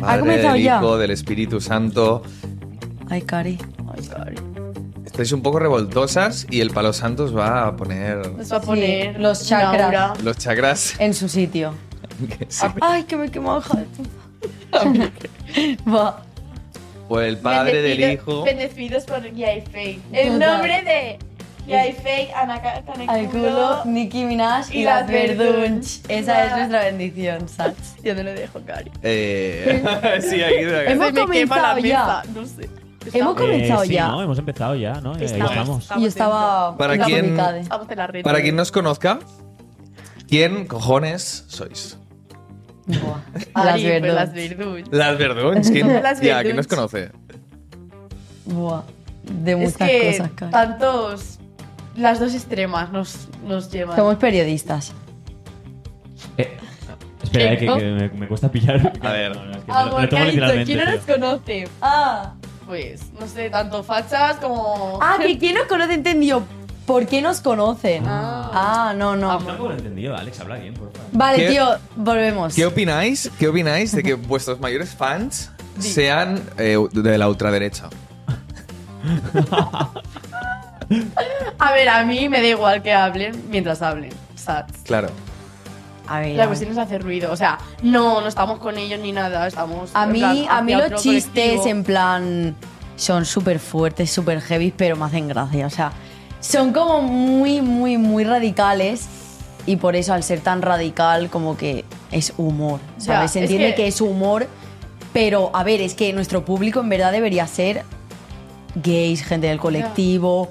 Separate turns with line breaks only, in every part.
Padre,
comenzado
del
ya?
Hijo, del Espíritu Santo.
Ay, Cari. Ay, Cari.
Estáis un poco revoltosas y el palo santos va a poner
Nos va a poner
Sí, los chakras.
una aura.
los chakras.
En su sitio.
que sí.
Ay, que me he quemado, hija de puta. Va.
Por el Padre, del
Bendecido-
Hijo.
Bendecidos por Yaifei. En
Total.
nombre de Yaifei, Anaka,
Al culo, Nicki Minaj y,
y
las
las Ah. Verdunch.
Verdunch. Esa
Va.
es nuestra bendición, Sats.
Yo no lo dejo, Cari.
Eh, sí, ahí
Hemos
Se me quema la
comenzado ya.
mesa. No sé.
Hemos
Estamos-
comenzado
Eh, sí,
ya.
¿no? Hemos empezado ya, ¿no? Eh, ahí
Estamos.
estamos.
Y estaba.
¿Para
estaba
quién?
ubicada.
Estamos en la red.
Para quien no os conozca, ¿quién cojones sois?
Buah. Las
Ari, pues, Las
Verdunch.
Verdunch.
Las Verduns. ¿Quién,
Las
ya, ¿quién
Verduns.
nos conoce?
Buah. De
Es
muchas
que
cosas, Cari.
tantos. Las dos extremas nos, nos llevan.
Somos periodistas.
Eh, espera, eh, que, que me, me cuesta pillar.
A ver.
No, no, es que me lo- me
Amor,
lo
¿qué
tomo
ha dicho?
literalmente,
¿Quién no
tío.
nos conoce?
Ah.
Pues, no sé, tanto fachas como.
Ah, que quien nos conoce entendió. ¿Por qué nos conocen?
Ah.
Ah, no, no.
Tampoco lo he entendido, Alex, habla bien, por favor.
Vale,
¿Qué-
tío, volvemos.
¿Qué opináis? ¿Qué opináis de que vuestros mayores fans sean eh, de la ultraderecha?
A ver, a mí me da igual que hablen mientras hablen. Sats.
Claro.
A ver.
La cuestión es hacer ruido. O sea, no, no estamos con ellos ni nada. Estamos.
A
en
mí,
plan,
a mí
hacia
los
otro
chistes
colectivo.
en plan son súper fuertes, súper heavy, pero me hacen gracia. O sea, son como muy, muy, muy radicales y por eso al ser tan radical como que es humor.
Ya,
¿Sabes? Se
es
entiende
que-
que es humor, pero a ver, es que nuestro público en verdad debería ser gays, gente del colectivo.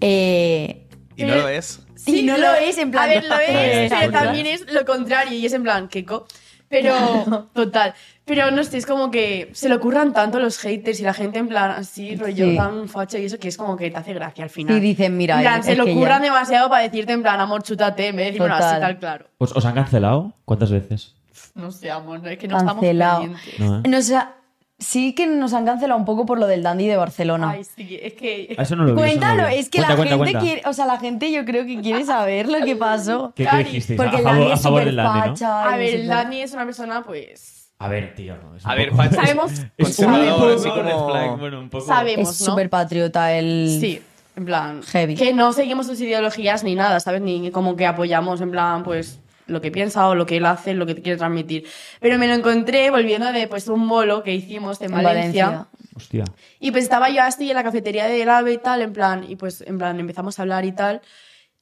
eh,
Y no lo es.
y no lo es, en plan-
A ver, lo es,
Claro,
pero
claro.
también es lo contrario. Y es en plan, Keiko. Pero, total. Pero no sé, es como que se le ocurran tanto los haters y la gente en plan así, rollo
Sí.
tan facha y eso, que es como que te hace gracia al final.
y dicen,
En
mira, eh,
plan,
es
se le
que ya-
ocurran demasiado para decirte en plan, amor, chútate, en vez de decir, bueno, así
Total.
tal, claro.
¿Os, os han cancelado? ¿Cuántas veces?
No sé, amor, es que no
cancelado.
estamos pendientes.
No, ¿eh?
Nos ha- sí que nos han cancelado un poco por lo del dandy de Barcelona.
Ay, sí, es que...
A Eso no lo vi, eso no lo
Cuéntalo,
vi.
es que
Cuenta,
la
cuenta,
gente
cuenta.
quiere, o sea, la gente yo creo que quiere saber lo que pasó.
¿Qué, qué
Cari,
dijisteis?
Porque
a
el
favor,
Dani
a
es
favor
súper
del Dani, ¿no?
facha.
A
y no
ver,
sé
el
qué.
Dani es una persona, pues...
A ver, tío. no, es un
A ver,
poco-
facha.
Sabemos,
Es un
Conservador,
poco
así
red
como-
flag, bueno, un poco-
sabemos,
Es
¿no?
súper patriota el...
Sí, en plan...
Heavy.
Que no seguimos sus ideologías ni nada, ¿sabes? Ni como que apoyamos, en plan, pues lo que piensa o lo que él hace, lo que quiere transmitir. Pero me lo encontré volviendo de pues un bolo que hicimos en,
en
Valencia.
Valencia.
Hostia.
Eh,
Y pues estaba yo así en la cafetería del AVE y tal, en plan, y pues en plan empezamos a hablar y tal.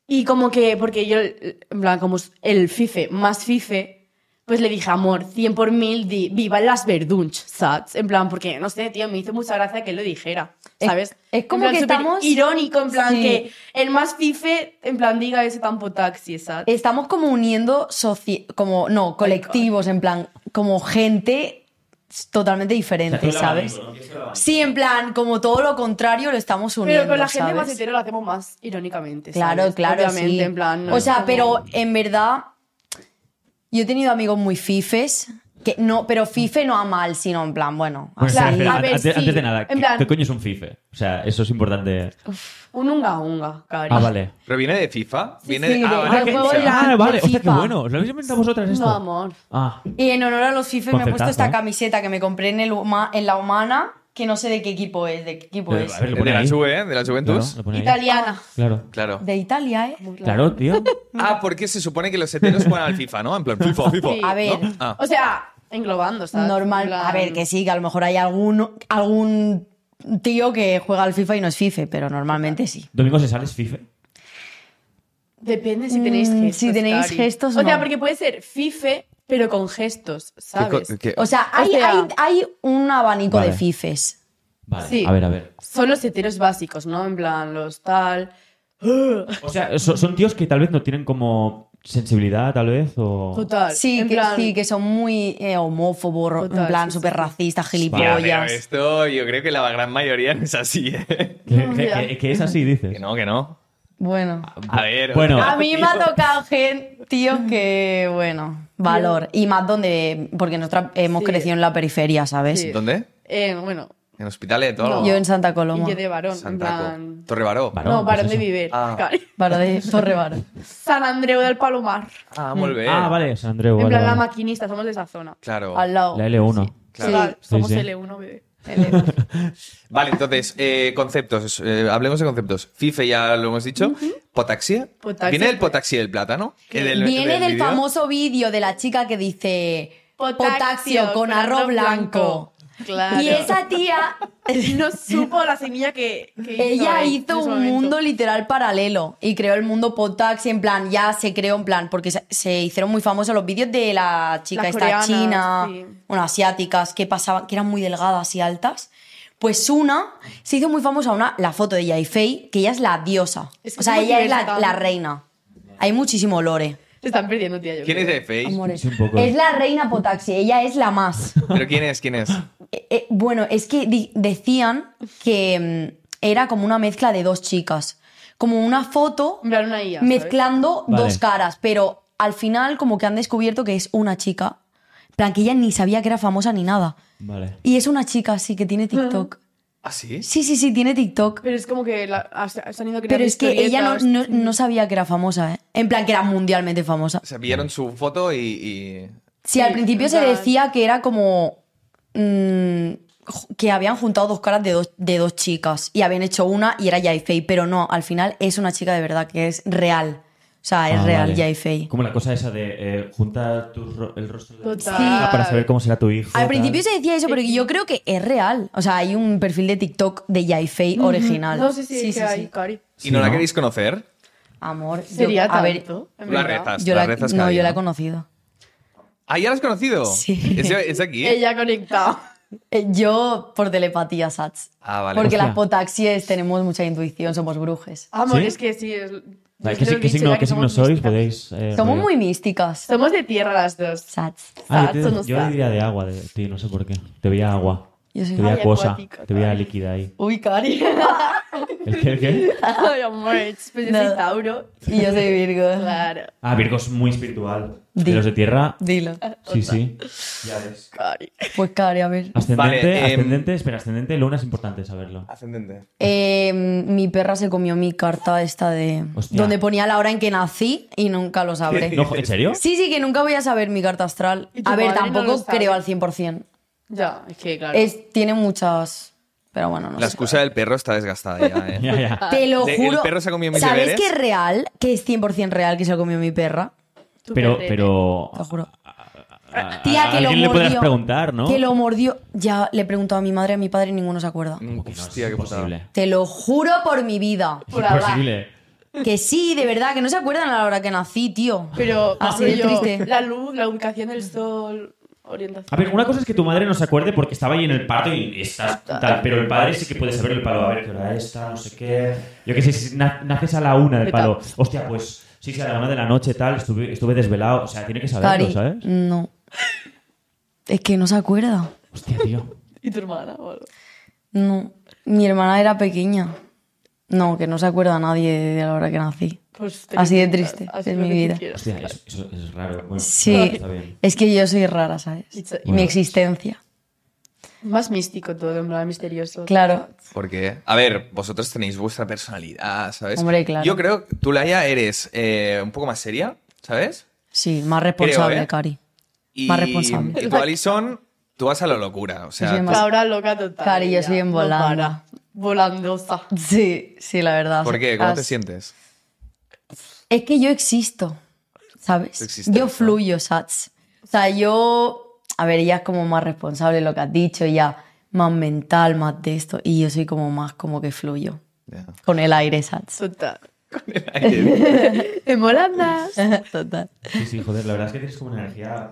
Y como que, porque yo, en plan, como es el fife, más fife, pues le dije, amor, 100 por mil, di, viva las verdunch, ¿sabes? En plan, porque, no sé, tío, me hizo mucha gracia que lo dijera,
Es-
¿sabes?
es como
En plan,
que
súper
estamos-
Irónico, en plan,
Sí.
que el más fife, en plan, diga ese tampo taxi, ¿sabes?
Estamos como uniendo soci- como no, colectivos en plan como gente totalmente diferente, ¿sabes? Sí, en plan como todo lo contrario lo estamos uniendo,
Pero con la gente
¿sabes?
más hetero lo hacemos más irónicamente,
Claro,
¿sabes?
claro,
Obviamente,
sí.
en plan... no
o
es
sea,
como-
pero en verdad, yo he tenido amigos muy fifes, que no, pero fife no a mal, sino en plan, bueno,
Bueno,
así.
espera,
sea,
espera,
a ver,
Pues, antes,
sí,
antes de nada,
en
¿qué,
plan-
qué coño es un FIFE? O sea, eso es importante.
Un unga unga, cari.
Ah, vale.
¿Pero viene de FIFA? Viene
sí,
de...
de-
Ah,
del
vale.
juego
o sea,
de la-
Ah, vale.
FIFA.
Hostia, qué bueno. ¿Lo habéis inventado vosotras esto?
No, amor.
Ah,
Y en honor a los fifes me he puesto
Concertazo,
esta
¿eh?
camiseta que me compré en, el huma- en la humana, que no sé de qué equipo es, de qué equipo
eh,
es.
a ver, lo
de
pone
la
ahí.
Juve, ¿eh? De la
Claro,
Juventus.
lo pone ahí.
Italiana.
Claro.
Claro.
De Italia, ¿eh?
Claro, tío.
Ah, porque se supone que los heteros juegan al FIFA, ¿no? En plan, FIFA, FIFA.
Sí.
Mm. A ver.
¿no? Ah.
O sea, englobando, ¿sabes? En
Normal,
plan-
a ver, que sí, que a lo mejor hay algún, algún tío que juega al FIFA y no es fife, pero normalmente sí.
Domingo se sales FIFE.
Depende si tenéis
Mm,
gestos.
si tenéis
Cari.
gestos,
O sea,
no.
porque puede ser fife, pero con gestos, ¿sabes?
¿Qué co- qué-
O sea,
O
hay,
sea-
hay- hay un abanico
Vale.
de fifes.
Vale.
Sí.
A ver, a ver.
Son los heteros básicos, ¿no? En plan, los tal.
O sea, so- son tíos que tal vez no tienen como sensibilidad, tal vez,
Oh.
o...
Total.
Sí,
en
que,
plan-
sí, que son muy eh, homófobos, ro- en
Total,
plan
sí, sí,
súper
sí.
racistas,
Ya, pero
gilipollas.
esto yo creo que la gran mayoría no es así, ¿eh?
Que, que-
Ya.
que- que es así, dices.
Que no, que no.
Bueno. Mm.
A ver.
Bueno.
o sea,
A mí me ha tocado gente, tío, que, bueno, valor. Y más donde, porque nosotros hemos
Sí.
crecido en la periferia, ¿sabes?
Sí.
¿Dónde?
Eh, bueno,
En hospitales, todo.
Yo en Santa
y
Coloma.
yo de varón, en
Santaco.
plan.
Torrebaró.
Vale.
No,
Varón,
varón
pues
de
eso.
vivir.
Ah.
Cari.
Varo de Torre Varo.
San Andreu del Palomar.
Ah, muy bien.
Ah, vale, San Andreu.
En
vale,
plan, la
vale.
maquinista, somos de esa zona.
Claro.
Al lado.
La L1.
Claro.
Total,
Sí,
somos
sí.
L1, bebé. L1.
Vale, entonces, eh, conceptos. eh, hablemos de conceptos. FIFE ya lo hemos dicho. Potaxia.
Potaxia,
Viene del
pues.
potaxia del plátano. que
Viene del
vídeo.
famoso vídeo de la chica que dice
Potaxio
potaxio, con arroz blanco.
Claro.
Y esa tía,
Y no supo la semilla que, que hizo
ella
ahí,
hizo
en ese
un
momento.
mundo literal paralelo y creó el mundo potaxi en plan, ya se creó en plan, porque se, se hicieron muy famosos los vídeos de la chica
Las
esta
coreanas,
china,
sí.
bueno, asiáticas, que pasaban, que eran muy delgadas y altas. Pues una, se hizo muy famosa una, la foto de Yaifei, que ella es la diosa.
Es que
o sea,
somos
ella es la,
diversas.
la reina. Hay muchísimo lore.
Se están perdiendo, tía. Yo
¿Quién es
creo.
de Face?
Amores.
Sí, un poco.
Es la reina Potaxi, ella es la más.
¿Pero quién es? ¿Quién es?
Eh, eh, bueno, es que di- decían que mm, era como una mezcla de dos chicas. Como una foto
En plan, una IA. ¿sabes?
mezclando
Vale.
dos caras. Pero al final, como que han descubierto que es una chica. En plan, que ella ni sabía que era famosa ni nada.
Vale.
Y es una chica, sí, que tiene TikTok.
¿Ah, sí?
Sí, sí, sí, tiene TikTok.
Pero es como que la, has, has tenido que
Pero es que ella no, no-
no
no sabía que era famosa, ¿eh? En plan, que era mundialmente famosa.
O sea, pillaron su foto y. y-
Sí, al
Sí,
principio
en
se
plan-
decía que era como. mm, ju- que habían juntado dos caras de dos, de dos chicas y habían hecho una y era Yaifei, pero no, al final es una chica de verdad que es real. O sea, es
Ah,
real
vale.
Yaifei.
Como la cosa esa de eh, junta tu ro- el rostro de la
Total.
chica Ah, para saber cómo será tu hijo.
Al
tal.
principio se decía eso, pero yo creo que es real. O sea, hay un perfil de TikTok de Yaifei original.
No sé
Sí,
si es
sí,
que
sí.
hay, Cari.
¿Y no,
Sí,
la
¿no?
queréis conocer?
Amor, yo-
Sería
a ver,
tanto. en
Tú la
verdad.
rezas.
yo
la
la,
rezas cada
no, yo
día,
la he conocido.
Ah, ¿ya la has conocido?
Sí.
¿Es, es aquí?
Ella conectada.
Eh, Yo por telepatía, Sats.
Ah, vale.
Porque
Hostia.
las potaxies tenemos mucha intuición, somos brujes.
Amor,
¿Sí?
es que sí. Es, yo
Vale,
es que
¿Qué,
lo
si-
he
qué
dicho
signo,
ya
qué
que
signo
somos
sois?
místicas.
Podéis. eh,
Somos
rollo.
muy místicas.
Somos de tierra las dos.
Sats.
Ah,
Sats
yo,
o
te-
no
yo
sats.
diría de agua, de ti, no sé por qué. Te veía agua.
Yo soy
Te veía
Ay,
acuosa.
acuática,
Te veía
tal.
líquida ahí.
Uy, Cari.
¿El qué? el qué?
Ay, amor, pues yo soy
Nada.
Tauro.
y yo soy Virgo.
Claro,
Ah, Virgo es muy espiritual.
Di.
De los de tierra.
Dilo.
Sí, sí. Ya ves.
Cari.
Pues Cari, a ver.
Ascendente,
Vale, em,
ascendente, espera, ascendente, luna es importante saberlo.
Pues Ascendente.
Eh, mi perra se comió mi carta esta de...
Hostia.
Donde ponía la hora en que nací y nunca lo sabré.
No, jo- ¿En serio?
Sí, sí, que nunca voy a saber mi carta astral.
Y tu
A ver,
madre no
tampoco
lo sabe.
creo al 100%.
Ya, es que claro.
Es, tiene muchas... Pero bueno, no
La
sé.
excusa del perro está desgastada ya, ¿eh?
Ya, ya.
Ah.
Te lo
De- el
juro.
perro se ha comido mis
¿Sabes
deberes?
que es real? Que es 100% real que se lo comió mi perra.
Tú
Pero,
perdete.
pero.
Te lo juro.
a- a-
Tía,
a
que lo mordió.
alguien le podrás preguntar, ¿no?
Que lo mordió. Ya le he preguntado a mi madre, a mi padre, y ninguno se acuerda.
Como que no,
Mm, Hostia,
es
qué putada.
imposible.
Te lo juro por mi vida.
Por
Es
ahora.
imposible.
Que sí, de verdad, que no se acuerdan a la hora que nací, tío.
Pero
Así de
amor, yo-
triste.
La luz, la ubicación del sol, orientación.
A ver, una cosa es que tu madre no se acuerde porque estaba ahí en el parto y estás tal, pero el padre sí que puede saber el palo. A ver, qué hora está, no sé qué. Yo qué sé, si na- naces a la una del palo. Hostia, pues sí, sí, a la una de la noche, tal, estuve, estuve desvelado. O sea, tiene que saberlo,
Cari,
¿sabes?
no. Es que no se acuerda.
Hostia, tío.
Y tu hermana, o algo.
No. Mi hermana era pequeña. No, que no se acuerda a nadie de la hora que nací.
Pues te-
Así de triste
haz
es
lo
mi
que
vida.
quieras.
Hostia, eso, eso es raro. Bueno,
Sí.
Está bien.
Es que yo soy rara, ¿sabes?
It's a-
Mi existencia.
Más místico todo, en plan misterioso.
Claro.
Porque, a ver, vosotros tenéis vuestra personalidad, ¿sabes?
Hombre, claro.
Yo creo que tú, Laia, eres eh, un poco más seria, ¿sabes?
Sí, más responsable,
Creo, ¿eh?
Cari.
Y,
Más responsable.
Y tú, Alison, tú vas a la locura. O
Yo
sea,
soy
tú-
más-
Cabra loca total.
Cari, yo
ella.
soy en
No
volando.
para. Volandosa.
Sí, sí, la verdad.
¿por qué? ¿Cómo te
Has-
sientes?
Es que yo existo,
Tú
¿sabes?
existes,
yo
¿no?
fluyo, Sats. O sea, yo. A ver, ella es como más responsable de lo que has dicho, ya más mental, más de esto. Y yo soy como más como que fluyo.
Ya.
Con el aire, Sats.
Total. En volanda.
Total.
Sí, sí, joder, la verdad es que tienes como una energía.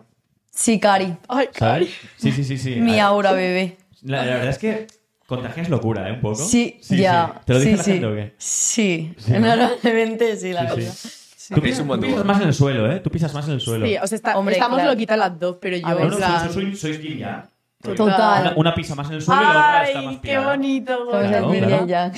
Sí, Cari.
Ay, Cari.
¿Sabes? Sí, sí, sí. sí.
Mi
Ah,
aura, bebé.
La, la verdad es que contagias locura, ¿eh? Un poco.
Sí,
sí.
ya.
¿Te lo dice
sí,
la
sí.
gente o qué?
Sí,
Sí, ¿no?
normalmente sí, la
Sí,
verdad.
sí.
Tú
Tú
tienes
pisas,
un buen
tú pisas
humor.
más en el suelo, ¿eh? Tú pisas más en el suelo.
Sí, o sea, está-
Hombre,
estamos
claro.
loquitas las dos, pero yo,
A ver,
en
no, no,
plan-
soy, soy, sois kin ya.
Total.
Una, una pisa más en el suelo y la otra está más
Ay, qué
pillada.
bonito.
Somos
Claro,
el yin y
claro.
el yang.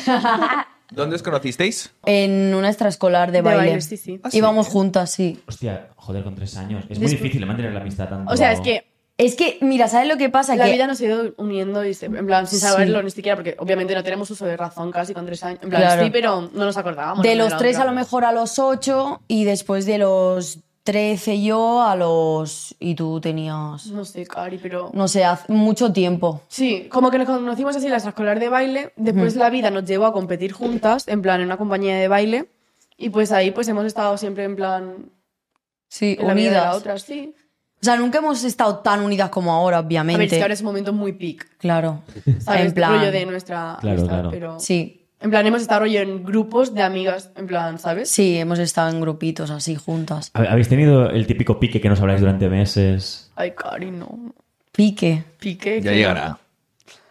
¿Dónde os conocisteis?
en una extraescolar de,
De
baile.
baile, sí, sí.
Ah, sí.
Íbamos juntas, sí.
Hostia, joder, con tres años. Es muy
Después-
difícil mantener la amistad tanto.
O sea, es que
Es que, mira, ¿sabes lo que pasa?
la
que
vida nos ha ido uniendo y se- en plan, sin
Sí.
saberlo ni siquiera, porque obviamente no tenemos uso de razón casi con tres años. En plan,
Claro.
sí, pero no nos acordábamos.
de
una
los
la
tres
otra.
a lo mejor a los ocho y después de los 13 yo a los... Y tú tenías...
No sé, Cari, pero...
No sé, hace mucho tiempo.
Mm. Sí, como que nos conocimos así en la escolar de baile. Después la vida nos llevó a competir juntas, en plan, en una compañía de baile. Y pues ahí pues hemos estado siempre en plan...
Sí,
En la vida de la
unidas.
otra, sí.
O sea, nunca hemos estado tan unidas como ahora,
A
obviamente.
ver, es que ahora es un momento muy peak.
Claro.
¿Sabes?
En plan...
Rollo de nuestra
Claro,
amistad,
claro.
pero-
Sí,
En plan, hemos estado rollo en grupos de amigas, en plan, ¿sabes?
sí, hemos estado en grupitos así juntas.
¿Habéis tenido el típico pique que nos habláis durante meses?
Ay, Cari, no.
Pique.
Pique.
Ya
que-
llegará.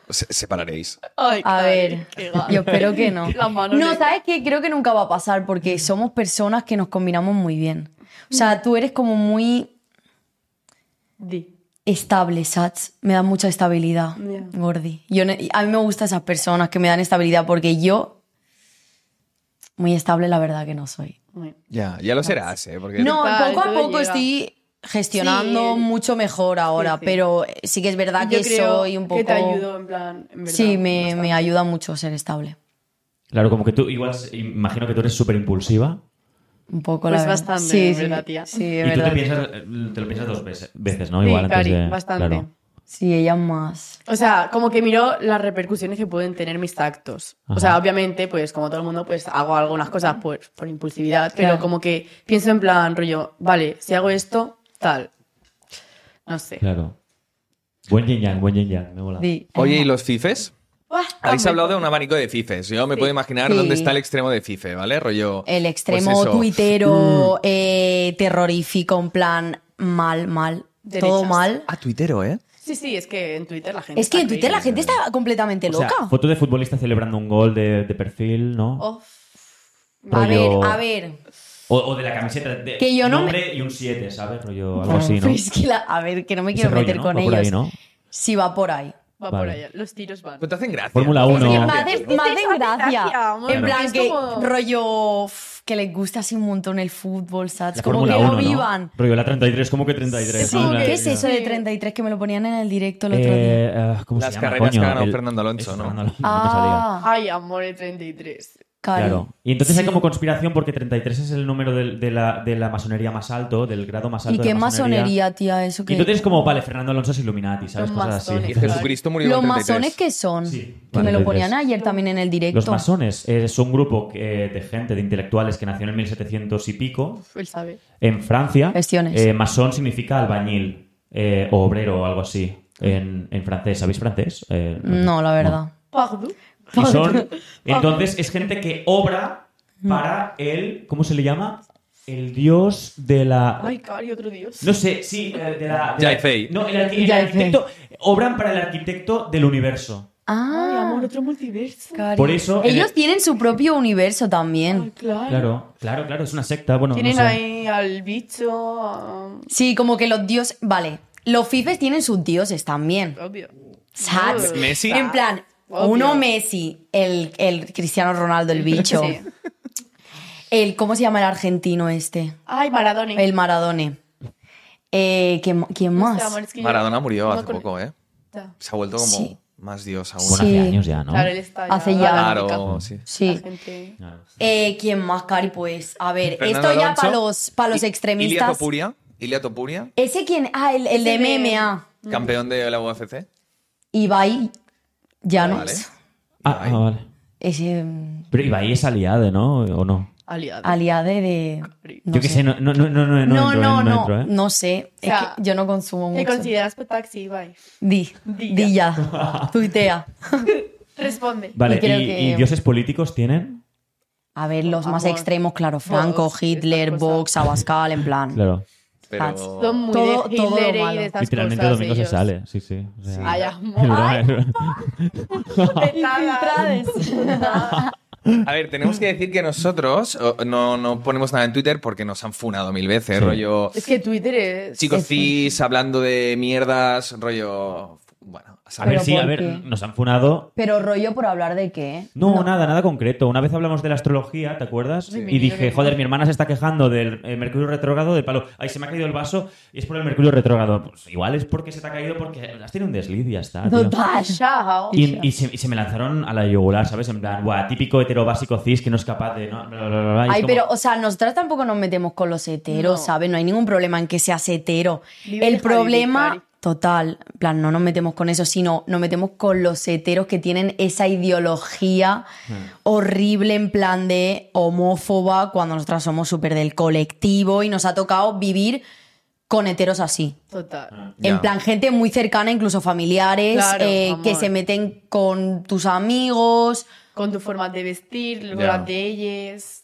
Se- separaréis.
Ay,
A
Cari,
ver,
qué gana.
yo espero que no.
La mano
No,
le-
¿sabes qué? Creo que nunca va a pasar porque somos personas que nos combinamos muy bien. O sea, tú eres como muy
Di.
estable, Sats. Me da mucha estabilidad,
Ya.
Gordi. Yo, ne- a mí me gustan esas personas que me dan estabilidad porque yo, muy estable, la verdad que no soy.
Bueno.
Ya, ya lo serás, ¿eh? Porque
No,
Total,
poco a
todo
poco
llega.
estoy gestionando
Sí.
mucho mejor ahora,
Sí, sí.
pero eh, sí que es verdad que
Yo creo
soy un poco...
que te ayudó, en plan, en verdad.
sí, me,
bastante.
me ayuda mucho ser estable.
Claro, como que tú, igual, imagino que tú eres súper impulsiva.
Un poco,
Pues
la verdad.
bastante,
sí,
¿verdad,
sí,
tía?
Sí,
Y
es
tú te,
verdad.
piensas, eh, te lo piensas dos veces, veces ¿no?
Sí,
Igual antes
Cari,
de-
bastante.
claro.
Sí, ella más.
O sea, como que miro las repercusiones que pueden tener mis actos. O sea,
Ajá.
obviamente, pues como todo el mundo, pues hago algunas cosas por, por impulsividad, pero
Claro.
como que pienso en plan, rollo, vale, si hago esto, tal. No sé.
Claro. Buen yin yang, buen yin yang, me mola.
Di.
Oye, ¿y los fifes?
Buah,
Habéis
hombre.
hablado de un abanico de fifes. Yo me puedo imaginar
Sí.
dónde está el extremo de fife, ¿vale? Rollo.
El extremo
pues eso.
tuitero,
Mm.
eh, terrorífico, en plan mal, mal,
Derechas.
todo mal.
Ah, tuitero, ¿eh?
Sí, sí, es que en Twitter la gente.
Es que en
está
Twitter la
crazy.
gente está completamente
O sea,
loca.
foto de futbolista celebrando un gol de, de perfil, ¿no?
Oh,
a ver,
rollo-
a ver.
O, o de la camiseta de
Que yo no
nombre y un 7, ¿sabes? Rollo, algo así, ¿no?
Pero es que la- a ver, que no me
Ese
quiero
rollo,
meter
¿no?
con
Va por
ellos.
ahí, ¿no?
Sí, va por ahí.
Va por
Vale.
allá, los tiros van.
Pues te hacen gracia.
Fórmula
Te hacen
uno.
Me
gracia,
hacen,
¿no?
me hacen
Eso hace
gracia.
gracia, amor.
En plan,
Es
que
como-
rollo uf, que les gusta así un montón el fútbol,
La
¿sabes? Como que
Fórmula
no
1,
vivan.
¿no? Rollo, la 33, ¿cómo que 33?
Sí,
¿no? La-
¿qué es eso de
Sí.
33 que me lo ponían en el directo el otro día?
Eh, ah, ¿Cómo
Las
se llama,
carreras que
coño?
ha ganado Fernando Alonso,
eso,
¿no?
Fernando Alonso, no me salía.
Ah,
Ay, amor, el 33.
Cari.
Claro. Y entonces hay
Sí.
como conspiración porque 33 es el número del- de, la, de la masonería más alto, del grado más
¿Y
alto.
qué
de masonería.
masonería, tía? Eso
Y
que...
entonces es como, vale, Fernando Alonso es Illuminati, ¿sabes?
Los
Cosas así.
masones.
Y Jesucristo murió
Los
con
masones
33.
que son.
Sí,
que me lo
33.
ponían ayer también en el directo.
Los masones eh, son un grupo eh, de gente, de intelectuales que nació en el 1700 y pico
Él sabe.
en Francia.
Cuestiones.
Eh, masón significa albañil eh, o obrero o algo así en, en francés. ¿Sabéis francés? Eh,
No, la verdad.
Pardon.
Y son- entonces es gente que obra para el, ¿cómo se le llama? El dios de la...
Ay, Cari, otro dios.
Ah. No sé, sí, eh, de la... de la-
Yafei.
no, el, arqui- el
Yafei.
arquitecto... Obran para el arquitecto del universo.
Ay,
Ah,
amor, otro multiverso.
Cari.
Por eso... en
Ellos
el-
tienen su propio universo también.
Ay, claro.
Claro, claro, claro, es una secta, bueno, no
Tienen
sé.
ahí al bicho. a-
Sí, como que los dioses. Vale, los fifes tienen sus dioses también.
Obvio.
¿Sabes?
Obvio. Ah,
Messi.
En plan,
Obvio.
uno Messi, el, el Cristiano Ronaldo, el bicho.
Sí.
El, ¿Cómo se llama el argentino este?
Ay, Maradona.
El Maradone. Eh, ¿quién, quién
O sea,
más?
Este amor, es que yo-
Maradona murió
no
hace
con-
poco, ¿eh?
Ya.
Se ha vuelto como
Sí.
más dios aún.
Bueno,
Sí.
hace años ya, ¿no?
Claro, él está
Hace ya-
Claro, sí.
Sí.
Sí. Eh, ¿Quién más, Cari? Pues, a ver,
Fernando
esto ya
Alonso.
para los, pa' los
I- Ilia
extremistas.
Topuria. Ilia Topuria,
¿Ese quién? Ah, el, el de
Ese de-
MMA.
campeón de la UFC.
Ibai Llanos.
Vale.
Ah, ah, vale.
Ese mm,
Pero Ibai es aliado, ¿no? ¿O no?
Aliado.
aliade de... no
Yo qué sé, no, no, no, no, no,
No, no,
entro, eh,
no,
entro, ¿eh?
no sé. Es
O sea,
que yo no consumo
¿Te
mucho.
consideras petaxi, bye.
Di,
Di
di ya. Tuitea.
Responde.
Vale,
Y creo
¿y-
que-
¿y dioses políticos tienen?
A ver, los más
Amor.
extremos, claro, Franco,
Vox,
Hitler,
estas cosas.
Vox, Abascal, en plan.
Claro.
Son
Pero.
muy
Todo-
de
todo lo
Hitler y
malo.
de estas
Literalmente
cosas,
domingo
ellos.
se sale, sí, sí. O sea,
Ay,
es
amor.
broma, es broma.
Petada.
A ver, tenemos que decir que nosotros o- no, no ponemos nada en Twitter porque nos han funado mil veces.
Sí.
Rollo.
Es que Twitter es.
Chicos cis hablando de mierdas, rollo. Bueno, a
A
saber.
ver,
Pero
sí, a
¿por
ver,
qué?
nos han funado.
Pero rollo por hablar de qué. ¿eh?
No, nada, nada concreto. Una vez hablamos de la astrología, ¿te acuerdas?
Sí.
y dije, joder, mi hermana se está quejando del eh, mercurio retrógrado del palo. Ay, se me ha caído el vaso y es por el mercurio retrógrado. Pues igual es porque se te ha caído porque has tenido un desliz y ya está. tío.
Total.
Chao.
Y, y se, y se me lanzaron a la yugular, ¿sabes? En plan, guau, típico hetero básico cis que no es capaz de. ¿no? Bla, bla, bla, bla. Y es
Ay,
como-
pero, o sea, nosotras tampoco nos metemos con los heteros,
No.
¿sabes? No hay ningún problema en que seas hetero.
Vive y
el
deja
problema,
vivir,
total, en plan, no nos metemos con eso, sino nos metemos con los heteros que tienen esa ideología horrible en plan de homófoba cuando nosotras somos súper del colectivo y nos ha tocado vivir con heteros así.
Total.
Ya.
En plan, gente muy cercana, incluso familiares,
Claro,
eh,
amor.
que se meten con tus amigos,
Con tu forma de vestir, con
Ya.
las de ellas.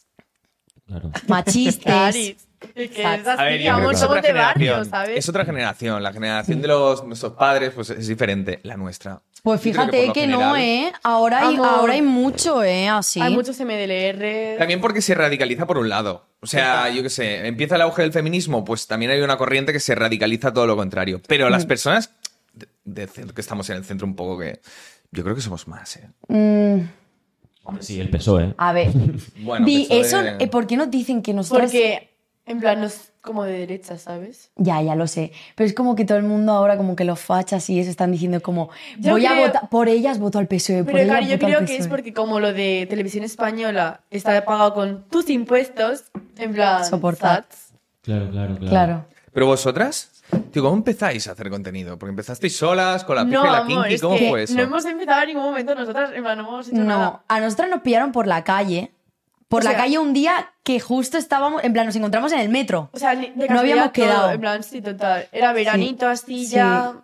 Claro.
machistas.
Claris. Es que
Exacto.
es así,
A ver, yo creo
amor,
que es
somos
otra
de barrio,
generación.
¿sabes?
Es otra generación. La generación de los, nuestros padres pues, es diferente, la nuestra.
Pues
Yo creo
fíjate que,
por lo
no,
general-
¿eh? Ahora hay,
Amor.
ahora hay mucho, ¿eh? Así.
Hay muchos MDLR.
También porque se radicaliza por un lado. O sea, yo qué sé, empieza el auge del feminismo, pues también hay una corriente que se radicaliza todo lo contrario. Pero
Mm.
las personas de- de centro- que estamos en el centro un poco que... Yo creo que somos más, ¿eh?
Mm,
Hombre, sí, el PSOE.
a ver.
Bueno,
Di-
que
eso,
de-
eh, ¿Por qué nos dicen que nosotros...
Porque, en plan, no es como de derecha, ¿sabes?
Ya, ya lo sé. Pero es como que todo el mundo ahora, como que los fachas y eso están diciendo como,
Yo
voy a
creo-
votar, por ellas voto al PSOE, E, por
Pero
ellas
claro, yo
voto al
creo que es
PSOE.
porque como lo de televisión española está pagado con tus impuestos, en plan...
Soportad.
SATs.
Claro, claro, claro.
Claro.
Pero vosotras, tío, ¿cómo empezáis a hacer contenido? Porque empezasteis solas, con la pija
No,
y la
amor,
kinky,
es
¿cómo
que
fue eso?
no hemos empezado en ningún momento nosotras, en plan, no hemos hecho
No,
nada.
a nosotras nos pillaron por la calle. Por
O
la
sea-
calle un día que justo estábamos, en plan, nos encontramos en el metro.
O sea, ni- de
No habíamos
casualidad todo,
quedado.
En plan, sí, total. Era veranito, así ya.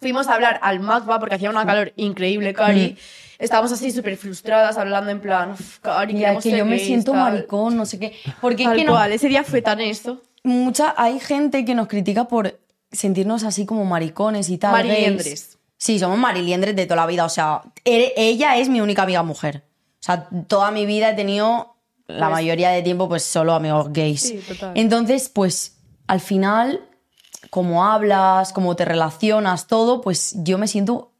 Fuimos a hablar al Magba porque hacía una calor increíble,
Mm.
Cari. Estábamos así súper frustradas hablando en plan, "Uf, Cari,
Mira,
queremos
que
ser
yo me
gays,
siento
tal".
maricón, no sé qué. Porque es
Tal
que no,
cual, ese día fue tan esto.
mucha hay gente que nos critica por sentirnos así como maricones y tal.
Mariliendres.
gays. Sí, somos mariliendres de toda la vida. O sea, ere- ella es mi única amiga mujer. O sea, toda mi vida he tenido la
Pues-
mayoría de tiempo pues solo amigos gays.
Sí, total.
Entonces, pues al final, como hablas, como te relacionas, todo, pues yo me siento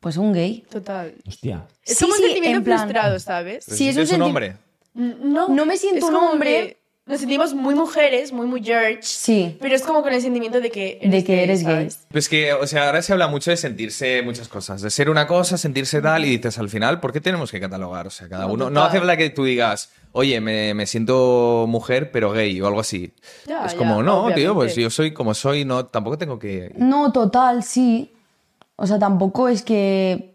pues un gay.
Total.
Hostia.
Es
Sí,
como
sí,
un sentimiento
en plan-
frustrado, ¿sabes?
¿Te
Sí, es un
sientes un
senti-
hombre.
N- No,
No me siento
es
un
como
hombre.
que Nos sentimos muy mujeres, muy mujeres.
Sí.
Pero es como con el sentimiento de que
De que eres gay.
¿sabes?
Pues que, o sea, ahora se habla mucho de sentirse muchas cosas, de ser una cosa, sentirse tal, y dices al final, ¿por qué tenemos que catalogar? O sea, cada
No,
uno. No
total.
hace falta que tú digas, oye, me, me siento mujer, pero gay, o algo así.
Ya,
es
ya,
como, no, tío,
obviamente.
pues yo soy como soy, no, tampoco tengo que.
No, total, sí. O sea, tampoco es que...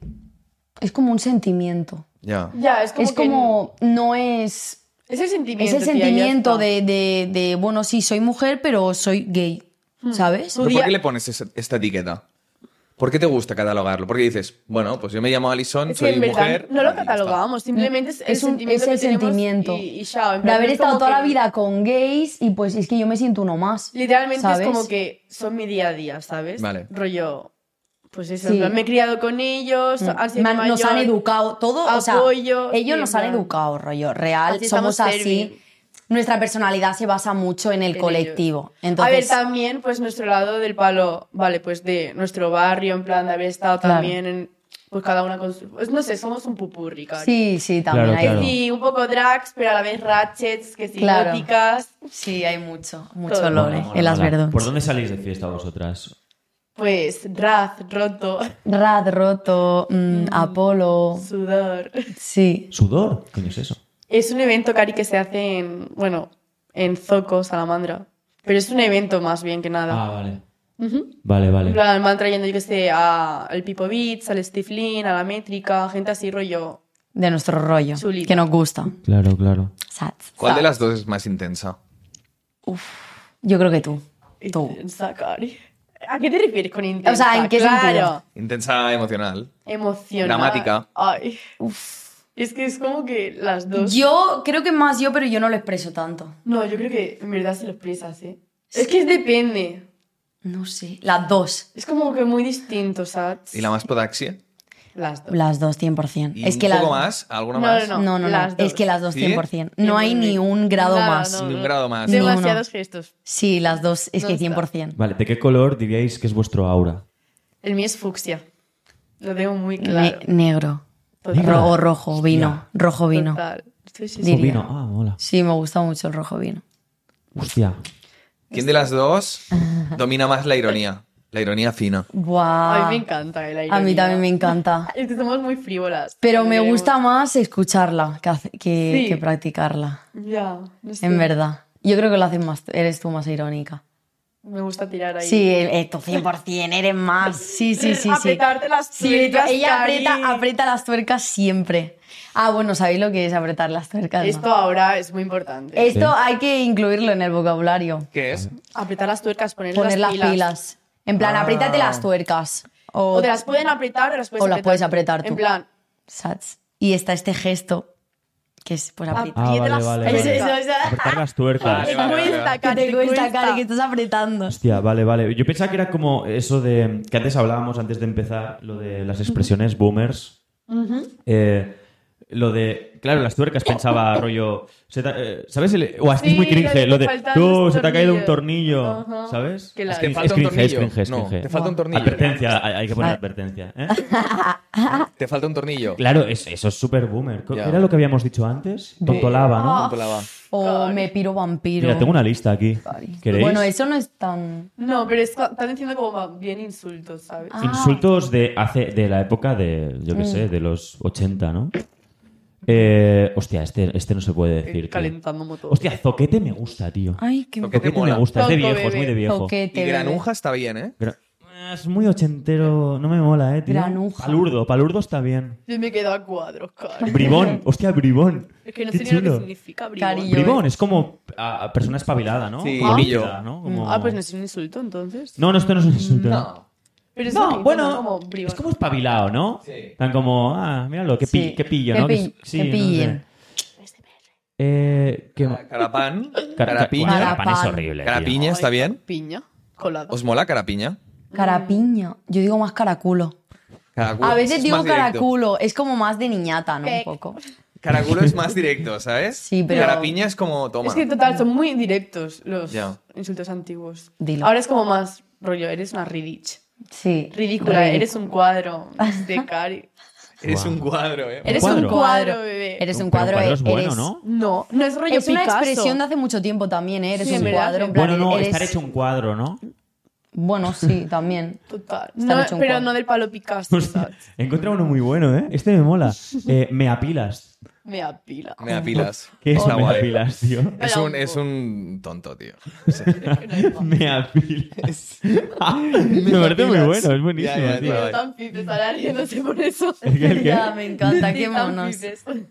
Es como un sentimiento.
Ya.
Ya, es como.
es
que-
como... No es...
Es el sentimiento.
Es el
tía, ya
sentimiento
está.
de, de- de, bueno, sí, soy mujer, pero soy gay,
Hmm.
¿sabes?
Tú-
¿Pero por
día-
qué le pones esa- esta etiqueta? ¿Por qué te gusta catalogarlo? Porque dices, bueno, pues yo me llamo Alison,
Es que
soy
en verdad
mujer.
no
y ya
lo
está.
catalogábamos, simplemente es, el
un- Mm.
sentimiento.
es el
que tenemos
sentimiento.
Y, y ya, en
de
plan,
haber
es como
estado toda la
que
vida con gays y pues es que yo me siento uno más.
Literalmente
¿sabes?
es como que son mi día a día, ¿sabes?
Vale.
Rollo. Pues eso,
Sí.
en plan, me he criado con ellos, han sido
Me
mi
han- nos
mayor-
han educado, todo, o sea,
apoyo,
ellos
sí,
nos
en
han
plan.
educado, rollo, real,
Así
somos
estamos
así.
serving.
Nuestra personalidad se basa mucho en el
en
colectivo.
ellos.
Entonces,
A ver, también, pues nuestro lado del palo, vale, pues de nuestro barrio, en plan, de haber estado
Claro.
también en. Pues cada una con su. pues, no sé, somos un pupurri, cari.
sí, sí, también
Claro,
hay.
claro.
Sí, un poco drags, pero a la vez ratchets, que sí,
Claro.
góticas.
Sí, hay mucho, mucho
Todo.
olor
Mola,
eh,
mola,
en las
mola.
verduras.
¿Por dónde salís de fiesta vosotras?
Pues raz, roto,
Rad, roto, mm, Apolo,
sudor.
sí.
¿Sudor? ¿Qué coño es eso?
Es un evento, Cari, que se hace en, bueno, en Zoco, Salamandra. Pero es un evento más bien que nada.
Ah, vale.
Ujú.
Vale,
En
vale.
plan, van trayendo, yo que sé, a- al Pipo Beats, al Steve Lin, a la Métrica, gente así rollo.
de nuestro rollo,
Chulito.
que nos gusta.
Claro, claro.
Sats.
¿Cuál de las dos es más intensa?
Yo creo que tú. Tú.
Intensa, Cari. ¿A qué te refieres con intensa?
O sea, ¿en qué
claro.
sentido?
Intensa emocional.
Emocional.
Dramática.
Ay. Es que es como que las dos.
Yo creo que más yo, pero yo no lo expreso tanto.
No, yo creo que en verdad se los presas, ¿eh? Es que depende.
No sé. Las dos.
Es como que muy distinto, ¿sabes?
¿Y la más podaxia?
Las dos.
Las dos, 100%.
¿Y
es
un
que
poco
las...
más? ¿Alguna
No,
más?
no, no.
No, no, no.
Las dos.
Es que las dos,
¿Sí?
100%. No hay ni un grado
Nada,
más.
no,
Ni un
no.
grado más.
Demasiados gestos.
Sí, las dos, es
No
que
está.
100%.
Vale, ¿de qué color diríais que es vuestro aura?
El mío es fucsia. Lo tengo muy
Ne-
claro.
negro.
Total.
Ro- o rojo, vino. Rojo vino.
Total. Sí, sí, sí.
Diría.
vino. Ah, mola.
Sí, me gusta mucho el rojo vino.
Hostia.
¿Quién de las dos domina más la ironía? La ironía fina.
Buah.
A mí me encanta el aire.
A mí también me encanta.
Es que somos muy frívolas.
Pero me
Queremos-
gusta más escucharla que, hace- que,
Sí.
que practicarla,
Ya, no sé.
en verdad. Yo creo que lo haces más, eres tú más irónica.
Me gusta tirar ahí.
Sí, eh, el- esto 100%, eres más. Sí, sí, sí, sí.
Apretarte las
Sí,
tuercas,
ella
Cari.
aprieta, aprieta las tuercas siempre. Ah, bueno, ¿sabéis lo que es apretar las tuercas? no?
Esto ahora es muy importante.
Esto hay que incluirlo en el vocabulario.
¿Qué es?
Apretar las tuercas, poner,
Poner
las pilas.
En plan,
Ah.
apriétate las tuercas. O,
O te las pueden apretar o las puedes
O las
apretar.
puedes apretar tú.
En plan,
Sats. Y está este gesto, que es pues apretar.
Ah, vale,
Piedras.
vale.
Eso,
vale.
eso, eso.
Apretar las tuercas.
Vale,
te
vale, vale,
cuesta,
vale.
Que
ah. Cari,
te cuesta, Cari, que
cuesta.
estás apretando.
Hostia, vale, vale. Yo pensaba que era como eso de. que antes hablábamos, antes de empezar, lo de las expresiones boomers. Eh, lo de. Claro, las tuercas pensaba, rollo. se te ha- eh, ¿Sabes? El- o es que es muy
Sí, lo de
cringe. Lo de.
faltan
Tú,
los
se te ha caído un
tornillos".
tornillo.
Ajá.
¿Sabes?
Que la-
Ah, Es
Te
cringe,
falta
es
un
cringe, es
tornillo.
cringe, es
no,
cringe.
te falta un tornillo.
Advertencia, hay, hay que poner
Ah.
advertencia. ¿eh?
Te falta un tornillo.
Claro, es- eso es súper boomer.
Ya.
Era lo que habíamos dicho antes. Tontolaba, ¿no?
Punto la va.
O me piro vampiro.
Mira, tengo una lista aquí.
Cari.
¿Queréis?
Bueno, eso no es tan...
No, pero es, cu- están diciendo como bien insultos, ¿sabes?
Ah.
Insultos de hace de la época de, yo qué sé, de los 80, ¿no? Eh, hostia, este, este no se puede
Eh,
decir. tío.
Calentando motor.
Hostia, zoquete me gusta, tío.
Ay, qué...
Toquete.
zoquete
mola.
me gusta, es de
Zoco,
viejo, es
bebé.
muy de viejo.
Y
toquete, bebé.
granuja está bien, ¿eh?
Gra- Es muy ochentero, no me mola, eh, tío.
Granuja.
Palurdo, palurdo está bien.
Yo me quedo a cuadros, Cari.
Bribón, hostia, bribón.
Es que no
Qué
sé ni lo que
chulo.
significa eh.
Cari.
bribón.
Bribón es como ah, persona espabilada, ¿no?
Sí,
Como
pillo.
rápida, ¿no? Como-
Ah, pues no es un insulto, entonces.
No, no, esto no es un insulto.
No.
Pero es
No,
lo que
bueno,
dicen, ¿no? como bribón.
es como espabilado, ¿no?
Sí.
Tan como, ah, míralo, qué, pi-
Sí,
qué pillo,
qué
¿no?
pi- qué
sí, no sé.
pillen.
Eh, qué...
Carapán,
Car- car-
carapiña.
Bueno, Carapán es
Carapán.
horrible, tío.
Carapiña, ¿está bien?
Piña. Colada.
¿Os mola carapiña?
Carapiña. Yo digo más caraculo.
Caraculo
A veces
es
digo
más directo.
caraculo. Es como más de niñata, ¿no? Un
Pec.
poco.
Caraculo es más directo, ¿sabes?
Sí, pero-
Carapiña es como toma.
Es que en total son muy directos los
Ya.
insultos antiguos.
Dilo.
Ahora es como más rollo, eres una ridich.
Sí. Ridículo.
Ridícula, eres un cuadro de cari.
Eres un cuadro, ¿eh?
Eres
cuadro.
un cuadro, bebé.
Eres un
Pero
cuadro, eh,
es bueno,
eres-
¿no?
No, no es rollo
Es una
Picasso.
expresión de hace mucho tiempo también, ¿eh? Eres
Sí,
un
en verdad,
cuadro.
sí.
En plan,
Bueno, no,
eres-
estar hecho un cuadro, ¿no?
Bueno, sí, también.
Total.
Está
No,
hecho un
pero
cuadro.
no del palo Picasso, ¿sabes?
He encontrado uno muy bueno, ¿eh? Este me mola. Eh, me apilas.
Me apila.
Me apilas.
¿Qué es
Está
me
guay.
apilas, tío?
Es un, es un tonto, tío. Sí.
me apilas. me parece muy
apilas.
bueno, es buenísimo,
Ya, ya,
tío.
ya.
Pero tan pipes, ahora riéndose por eso.
¿El qué, el qué?
Ya, Ah, me encanta, qué
Sí, tan
monos.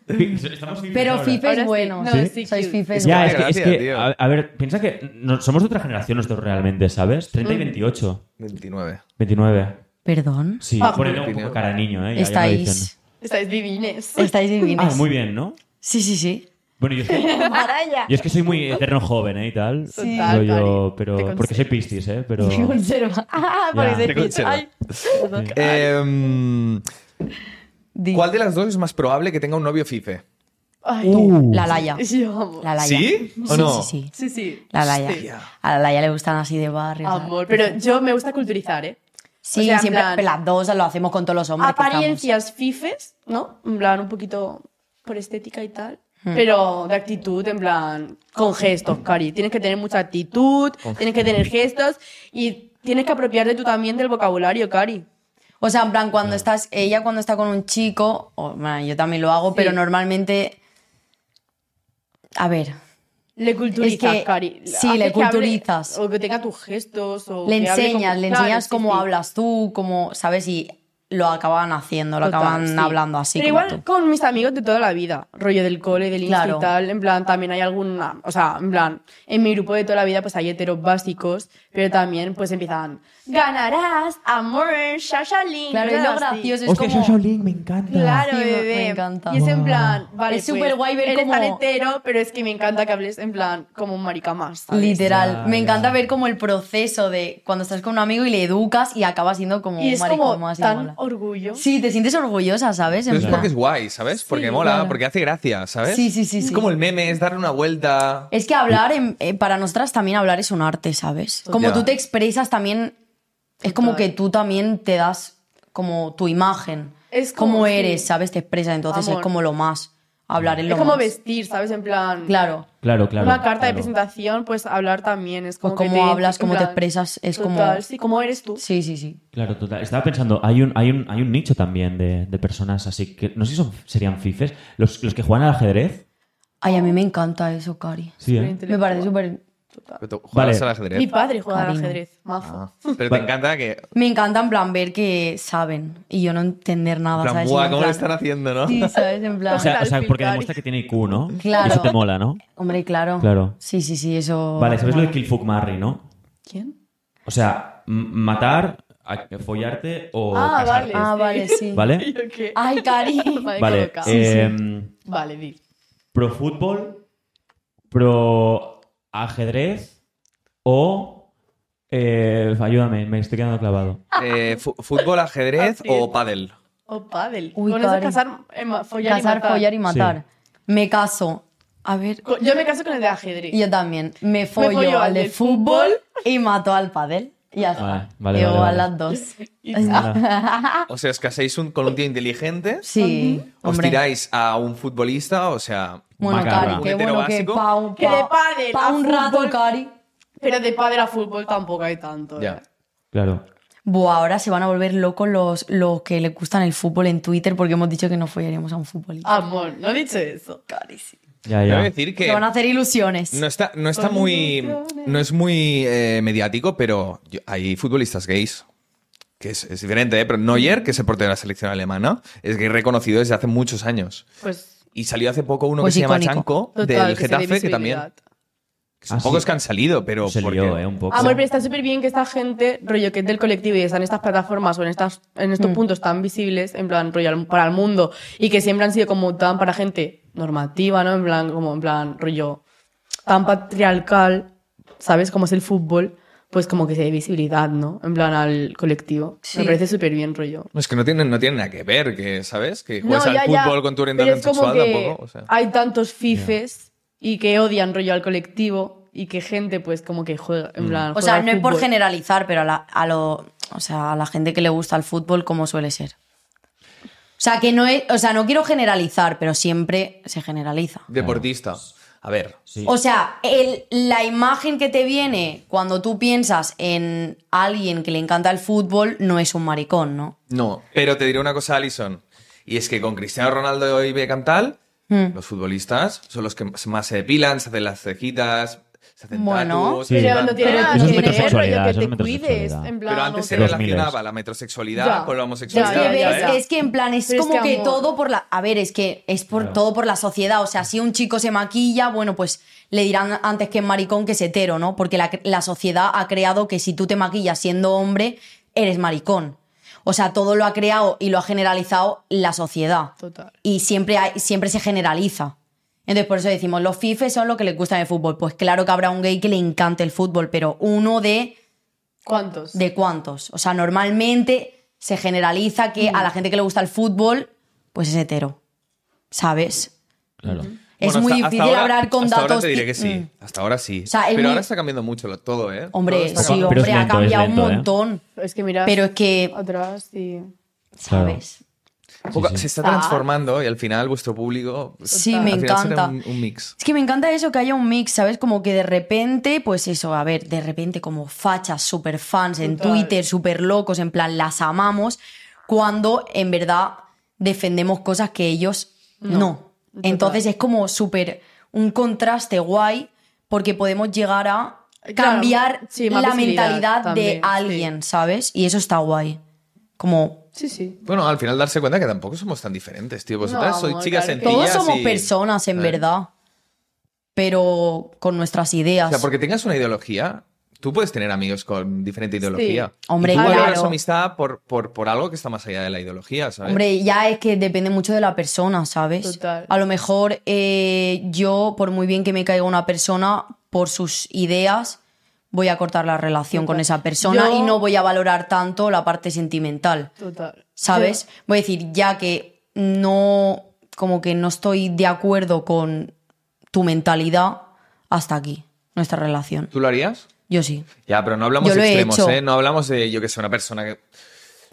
pipes.
Estamos
Pero
ahora.
fifes
Ahora sí.
buenos.
No,
sí,
Sois
cute.
fifes
Qué
Ya, es que, es
gracia,
que,
tío.
a, a ver, piensa que no- somos de otra generación nosotros realmente, ¿sabes? 30 y 28,
29.
29.
Perdón.
Sí,
Ah,
por un
opinión.
poco cara de niño, ¿eh? Ya- ya lo dicen.
Estáis.
Estáis divines.
Estáis divinos.
Ah, muy bien, ¿no?
Sí, sí, sí.
Bueno, yo es que,
Maraya.
yo es que soy muy eterno joven, ¿eh? Y tal.
Sí.
Pero yo-
Cari, te
pero,
conservas.
porque soy pistis, ¿eh? Pero...
Te conserva. Ah, porque
Ya.
sois
Te
pis-
conserva.
Ay.
Eh,
Di-
¿Cuál de las dos es más probable que tenga un novio fife?
Ay,
Uh,
La laya.
yo amo.
La laya.
¿Sí? ¿O
Sí,
no?
sí, sí.
Sí, sí.
La laya.
Sí.
A la laya le gustan así de barrio. ¿sabes?
Amor, pero yo me gusta culturizar, ¿eh?
Sí,
O sea, en
siempre
plan-
pero las dos lo hacemos con todos los hombres. que
Apariencias fifes, ¿no? En plan, un poquito por estética y tal.
Hmm.
Pero de actitud, en plan, con gestos, Cari. Tienes que tener mucha actitud, tienes que tener gestos y tienes que apropiarte tú también del vocabulario, Cari.
estamos. O sea, en plan, cuando estás, ella cuando está con un chico, o, bueno, yo también lo hago, pero normalmente. A ver,
Le culturizas,
Es que-
Cari.
sí,
Haces
le
que hable-
culturizas.
o que tenga tus gestos. O
le
que hable
enseñas,
como-
le
Claro,
enseñas
sí,
cómo
sí.
hablas tú, cómo, ¿sabes? Y lo acaban haciendo, lo
Total,
acaban
sí.
hablando así.
Pero
como
igual
tú.
con mis amigos de toda la vida, rollo del cole, del
Claro.
instituto y tal, en plan, también hay alguna, o sea, en plan, en mi grupo de toda la vida pues hay heteros básicos, pero también pues empiezan, ganarás, amor, shashalin.
Claro, es lo
cosas así.
gracioso. Es
Hostia,
como.
Shasha Link, me encanta.
Claro,
Sí, me-
bebé.
me encanta.
Y es en
Wow.
plan, vale, pues,
Es superguay ver
eres
cómo-
tan hetero, pero es que me encanta que hables en plan como un marica más, ¿sabes?
Literal,
Ya,
me
ya.
encanta ver como el proceso de cuando estás con un amigo y le educas y acabas siendo como
Y
un
es
maricón
como
más y
tan
mola.
orgullo.
Sí, te sientes orgullosa, ¿sabes? En
Pero es
plan-
porque es guay, ¿sabes? Porque mola,
claro.
porque hace gracia, ¿sabes?
Sí, sí, sí,
Es
sí.
como el meme, es darle una vuelta.
Es que hablar, en- eh, para nosotras también hablar es un arte, ¿sabes? Como
Ya.
tú te expresas también, es como
Total.
que tú también te das como tu imagen,
Es como,
cómo
sí.
eres, ¿sabes? Te expresas, entonces
Amor.
es como lo más. Hablar es lo
Es como
más.
vestir, ¿sabes? En plan.
Claro.
Claro, claro.
una carta de
claro.
presentación, pues hablar también es como.
Pues
que
cómo
te-
hablas,
en
cómo te
plan,
expresas, es como-
total, Sí, cómo eres tú.
Sí, sí, sí.
Claro, total. Estaba pensando, hay un, hay un, hay un nicho también de, de personas así que. No sé si son, serían fifes. Los, los que juegan al ajedrez.
Ay,
Oh.
a mí me encanta eso, Cari.
Súper
Sí, ¿eh?
Me parece
intelectual.
súper...
Pero tú juegas
Vale.
al ajedrez.
Mi padre juega al
Cariño.
ajedrez, mazo.
Ah, pero te
Vale.
encanta que. en
Me encanta en plan ver que saben y yo no entender nada,
plan,
¿sabes?
"Buah,
En
¿Cómo lo
plan-
están haciendo, no?
Sí, ¿sabes? En plan...
O sea, o sea,
Al
porque
filtrar.
demuestra que tiene IQ, ¿no?
Claro.
Y eso te mola, ¿no?
Hombre, claro.
Claro.
Sí, sí, sí, eso...
Vale, ¿sabes lo de
mola.
Kill Fuck Marry, no?
¿Quién?
O sea, m- matar, a- follarte o
Ah,
casarte.
Ah, vale, sí.
¿Vale?
¿Yo qué?
Ay, Cari.
Vale,
Vale.
coloca.
eh,
em,
Vale, di.
pro fútbol, pro ajedrez o... eh, ayúdame, me estoy quedando clavado.
Eh, fu- ¿Fútbol, ajedrez
Así es.
o pádel?
O Oh, pádel.
Uy,
Con eso
Cari.
casar, eh, ma- follar y
Casar,
matar.
follar y matar. Me caso. A ver...
Co- Yo me caso con el de ajedrez.
y Yo también. Me follo,
follo
al
al
de
del
fútbol y mato al pádel. Y ya está.
Vale, Ah, vale,
Yo
vale,
a
vale.
las dos.
Y-
O sea, os casáis un- con un tío inteligente,
Ah. Sí,
os
hombre.
tiráis a un futbolista, o sea.
Bueno,
Macarra.
Cari, qué
Hetero
bueno que
básico.
pa un,
Que
pa-
de pádel
pa
a
un rato,
fútbol.
Cari.
Pero de padre a fútbol tampoco hay tanto. ¿eh?
Ya.
Claro.
Buah, ahora se van a volver locos los, los que les gustan el fútbol en Twitter porque hemos dicho que no follaríamos a un futbolista.
Amor, no he dicho eso.
Cari, sí.
Ya,
Debo
ya.
decir que.
Se van a hacer ilusiones.
No está, no está muy. No es muy eh, mediático, pero yo- hay futbolistas gays. Que es, es diferente, ¿eh? Pero Neuer, que es el portero de la selección alemana, es gay reconocido desde hace muchos años.
Pues.
Y salió hace poco uno que
Pues
se llama
icónico.
Chanco,
Total,
del
que se dé
Getafe, que también.
visibilidad.
que
Ah,
son pocos
sí.
que han salido, pero.
Se
porque-
lió, ¿eh? Un poco.
Amor, pero está súper bien que esta gente, rollo, que es del colectivo y está en estas plataformas o en, estas, en
Mm.
estos puntos tan visibles, en plan, rollo, al- para el mundo, y que siempre han sido como tan para gente normativa, ¿no? En plan, como en plan, rollo, tan patriarcal, ¿sabes? Como es el fútbol, pues como que se dé visibilidad, ¿no? En plan, al colectivo.
Sí.
Me parece súper bien, rollo.
No, Es que no tienen, no tienen nada que ver, que, ¿sabes? Que
No,
juegas al
ya, ya.
fútbol con tu
Pero
orientación
es como
sexual
que Ah.
tampoco. o sea.
Hay tantos fifes y que odian rollo al colectivo y que gente, pues, como que juega.
Mm.
En plan,
o sea,
juega
no es por
fútbol.
generalizar, pero a la, a lo, o sea, a la gente que le gusta el fútbol, como suele ser. O sea, que no es, o sea, no quiero generalizar, pero siempre se generaliza.
Deportista. A ver.
Sí.
O sea, el- la imagen que te viene cuando tú piensas en alguien que le encanta el fútbol no es un maricón, ¿no?
No, pero te diré una cosa, Alison. Y es que con Cristiano Ronaldo y Beckham tal,
Hmm.
los futbolistas son los que más se depilan, se hacen las cejitas, se hacen
Bueno.
tatuos,
Sí.
se
Pero no
levantan.
tiene
Pero
nada
eso es
que ver, rollo
metrosexualidad,
que
eso es
te cuides.
metrosexualidad.
En plan,
Pero antes
o
se
sea,
Los
relacionaba
miles.
la metrosexualidad
Ya.
con la
Es
homosexualidad. ¿eh?
que,
Ya, ya,
ves,
¿sabes?
es que en plan, es
Pero es
como
que,
que,
amor.
todo por la. A ver, es que es por
Claro.
todo por la sociedad. O sea, si un chico se maquilla, bueno, pues le dirán antes que es maricón que es hetero, ¿no? Porque la, la sociedad ha creado que si tú te maquillas siendo hombre, eres maricón. O sea, todo lo ha creado y lo ha generalizado la sociedad.
Total.
Y siempre, hay- siempre se generaliza. Entonces, por eso decimos, los fifes son los que les gusta el fútbol. Pues claro que habrá un gay que le encante el fútbol, pero uno de
¿Cuántos?
¿De cuántos? O sea, normalmente se generaliza que a la gente que le gusta el fútbol, pues es hetero. ¿Sabes?
Claro.
Es
Bueno,
muy
hasta- hasta
difícil
ahora-
hablar con
hasta
datos.
Ahora te diré
y-
que sí.
mm.
Hasta ahora sí.
O sea, es
pero
muy-
ahora está cambiando mucho lo- todo, ¿eh? Todo
Hombre,
está
sí,
cambiando.
Pero es
hombre, ha
lento, es
cambiado
lento,
un
¿eh?
montón.
Es que miras
Pero es que,
atrás y...
Claro.
¿sabes?
Poco-
sí, sí.
Se está
Ah.
transformando y al final vuestro público. pues,
Sí,
al
me
final será
encanta.
Un, un mix.
Es que me encanta eso, que haya un mix, ¿sabes? Como que de repente, pues eso, a ver, de repente como fachas super fans en
Total.
Twitter, super locos, en plan, las amamos, cuando en verdad defendemos cosas que ellos no. Entonces es como súper un contraste guay, porque podemos llegar a
Claro,
cambiar
sí, más
la
visibilidad
mentalidad
también, sí.
de alguien, ¿sabes? Y eso está guay. Como
Sí, sí.
Bueno, al final darse cuenta que tampoco somos tan diferentes, tío. Vosotras
No,
sois
amor,
chicas
claro.
sencillas.
todos somos
y-
personas, en
Eh.
verdad, pero con nuestras
O
ideas.
sea, porque tengas una ideología, tú puedes tener amigos con diferente ideología.
Hombre,
Y tú puedes llevar
claro.
su amistad por, por, por algo que está más allá de la ideología, ¿sabes?
Hombre, ya es que depende mucho de la persona, ¿sabes?
Total.
A lo mejor eh, yo, por muy bien que me caiga una persona, por sus ideas, voy a cortar la relación
Total.
con esa persona
Yo-
y no voy a valorar tanto la parte sentimental,
Total.
¿sabes? Voy a decir, ya que no, como que no estoy de acuerdo con tu mentalidad, hasta aquí, nuestra relación.
¿Tú lo harías?
Yo sí.
Ya, pero no hablamos
Yo lo
de
he
extremos,
hecho.
¿eh? No hablamos de, yo que sé, una persona que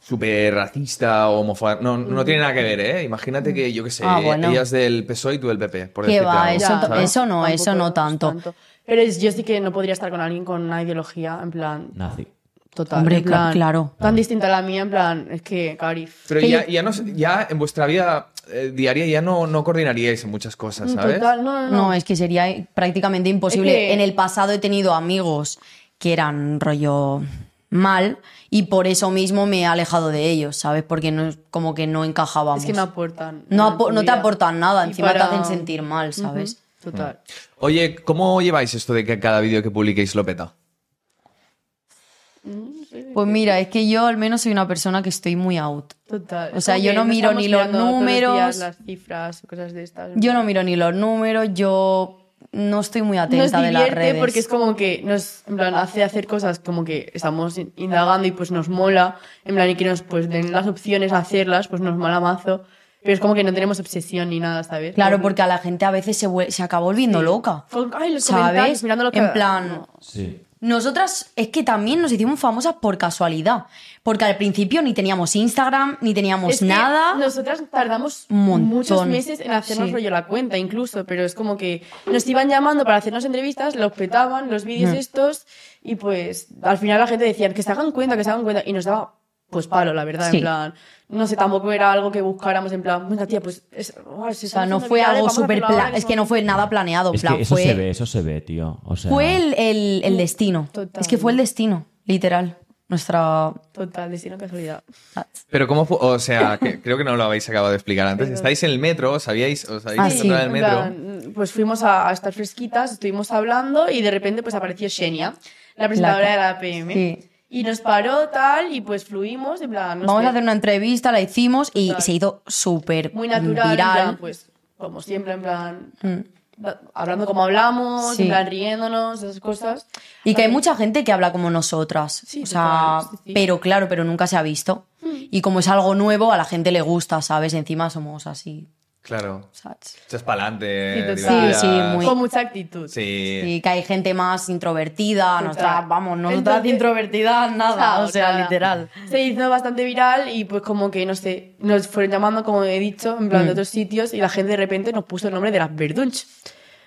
súper racista o homofóbica. No, no tiene nada que ver, ¿eh? Imagínate que, yo qué sé,
Ah, bueno.
ella es del PSOE E y tú del PP. Por
Que
decirte
va,
algo,
eso
Ya,
to-
¿sabes?
eso no, eso no
tampoco
tanto.
Pero es- yo sí que no podría estar con alguien con una ideología, en plan,
Nazi.
total.
Hombre,
en plan,
cla- claro.
Tan distinta a la mía, en plan, es que, Cari.
Pero
que
ya,
yo-
ya, no, sé- ya en vuestra vida eh, diaria ya no, no coordinaríais en muchas
Mm,
cosas, ¿sabes?
Total, no, no, no.
No, es que sería prácticamente imposible.
Es que-
En el pasado he tenido amigos que eran rollo mal y por eso mismo me he alejado de ellos, ¿sabes? Porque no, como que no encajábamos.
Es que no aportan.
No apo-
tu
no te
vida.
aportan nada,
Y
encima te hacen sentir mal, ¿sabes? Mm.
Ujú, Total.
Oye, ¿cómo lleváis esto de que cada vídeo que publiquéis lo peta?
Pues mira, es que yo al menos soy una persona que estoy muy out.
Total.
O sea,
Como
yo
que
no miro
estamos
ni los
mirando todos
números.
días las cifras o cosas de estas.
Yo no miro ni los números, yo no estoy muy atenta
nos
de las
divierte
redes.
porque es como que nos en plan, hace hacer cosas como que estamos in- indagando y pues nos mola, en plan, y que nos pues den las opciones a hacerlas, pues nos mola mazo, pero es como que no tenemos obsesión ni nada, ¿sabes?
Claro,
Como-
porque a la gente a veces se, vuel- se acaba volviendo loca.
Con- ay, los
¿Sabes?
comentarios, mirando lo que-
en plan,
No.
Sí.
Nosotras es que también nos hicimos famosas por casualidad, porque al principio ni teníamos Instagram, ni teníamos
que
nada.
Nosotras tardamos
Un montón.
muchos meses en hacernos
Sí.
rollo la cuenta, incluso, pero es como que nos iban llamando para hacernos entrevistas, los petaban, los
Mm.
vídeos estos, y pues al final la gente decía que se hagan cuenta, que se hagan cuenta, y nos daba pues palo, la verdad,
Sí.
en plan. No sé, tampoco era algo que buscáramos en plan, venga tía, pues. Es, oh, se
O sea,
está
no
haciendo
fue
viral,
algo
vamos a
súper
hacerlo
plan,
ahora,
es que no fue nada planeado,
Es
plan,
que eso
fue,
se ve, eso se ve, tío. O sea,
fue el, el- el destino.
Total.
Es que fue el destino, literal. Nuestra...
Total, destino casualidad.
Pero cómo fu- o sea, que creo que no lo habéis acabado de explicar antes. Estáis en el metro, sabíais, os habéis
Ah, sí.
encontrado en el
En
metro.
plan, pues fuimos a, a estar fresquitas, estuvimos hablando y de repente pues apareció Xenia, la presentadora
La-
de la APM.
Sí.
Y nos paró tal y pues fluimos, en plan, no
Vamos
sé,
a hacer una entrevista, la hicimos y
Total.
se hizo súper
muy natural, en
viral. Mm.
plan, pues como siempre, en plan, da- hablando como hablamos,
Sí.
en plan riéndonos, esas cosas.
Y que hay
Así-
mucha gente que habla como nosotras.
Sí,
o sea,
total, sí, Mm. sí.
pero claro, pero nunca se ha visto. Y como es algo nuevo, a la gente le gusta, ¿sabes? Encima somos así.
Claro.
¿sabes?
Echas para
Sí,
adelante.
total.
Sí, sí, muy-
Con mucha actitud.
Sí.
Y que hay gente más introvertida,
Total.
nosotras, vamos, nosotras
Entonces-
introvertidas, nada, o sea,
nada.
literal.
Se hizo bastante viral y pues como que, no sé, nos fueron llamando, como he dicho, en
Mm.
plan de otros sitios y la gente de repente nos puso el nombre de las Verdunch.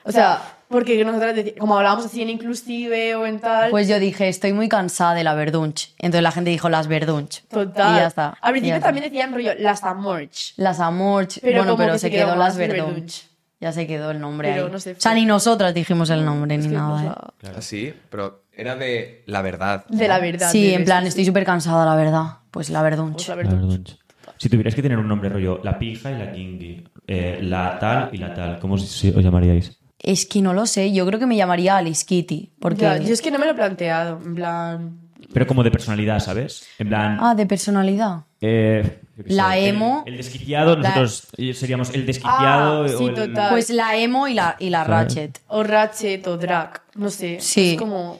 O sea, porque nosotras, deci- como hablábamos así en inclusive o en tal...
Pues yo dije, estoy muy cansada de la verdunch. Entonces la gente dijo, las verdunch.
Total.
Y ya está.
Al
y ya
principio
está.
también decían rollo las Amorch.
Las amorch,
Pero
bueno,
como
pero
que
se
se
quedó
quedó
las
más el
verdunch.
Verdunch.
Ya se quedó el nombre
Pero
ahí.
no sé,
o sea,
fue-
ni nosotras dijimos el nombre ni
Es que, o
nada,
sea,
¿eh?
Así, Ah, pero era de la verdad.
De la verdad.
Sí,
de
en
eso,
plan,
sí.
estoy súper cansada, la verdad. Pues la verdunch.
Pues la
La
verdad.
verdunch. Si tuvierais que tener un nombre rollo, la pija y la kingi, eh, la tal y la tal, ¿cómo se- os llamaríais?
Es que no lo sé, yo creo que me llamaría Alice Kitty. Porque...
Ya, yo es que no me lo he planteado. En plan.
Pero como de personalidad, ¿sabes? En plan,
Ah, de personalidad.
eh, yo qué
la
sé,
emo.
El, el desquiciado,
La-
nosotros eh, seríamos el desquiciado.
Ah,
o
sí,
el-
total.
Pues la emo y la, y la
Claro.
ratchet.
O Ratchet o Drag. No sé.
Sí.
Es como.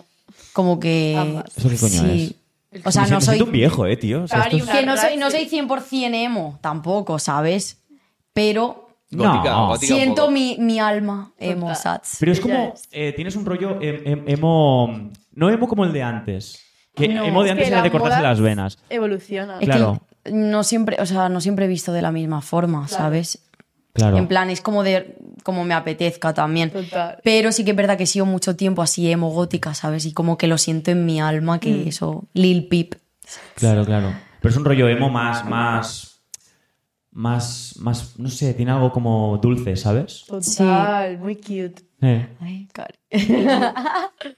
Como que...
Ambas.
¿Eso qué coño
sí.
es?
O sea,
Me siento-
no
me siento un
soy...
viejo, eh, tío. O sea,
Cari,
esto es-
una-
Que no soy, no soy 100% emo, tampoco, ¿sabes? Pero
Gótica,
No.
gótica un
siento
poco.
mi, mi alma emo,
Total.
Sats.
Pero es
Ella
como. eh, tienes un rollo em- em- emo. No emo como el de antes. Que
No,
emo de
Es
antes
que
era de
la
cortarse
moda
las venas.
Evoluciona.
Es
Claro.
que no siempre, o sea, no siempre he visto de la misma forma, ¿sabes?
Claro.
En plan, es como de como me apetezca también.
Total.
Pero sí que es verdad que he sido mucho tiempo así emo gótica, ¿sabes? Y como que lo siento en mi alma, que
Mm.
eso, Lil Peep.
Claro, claro. Pero es un rollo emo más, más. Más. Más. No sé, tiene algo como dulce, ¿sabes?
Total. Muy cute.
Eh,
Ay, cari.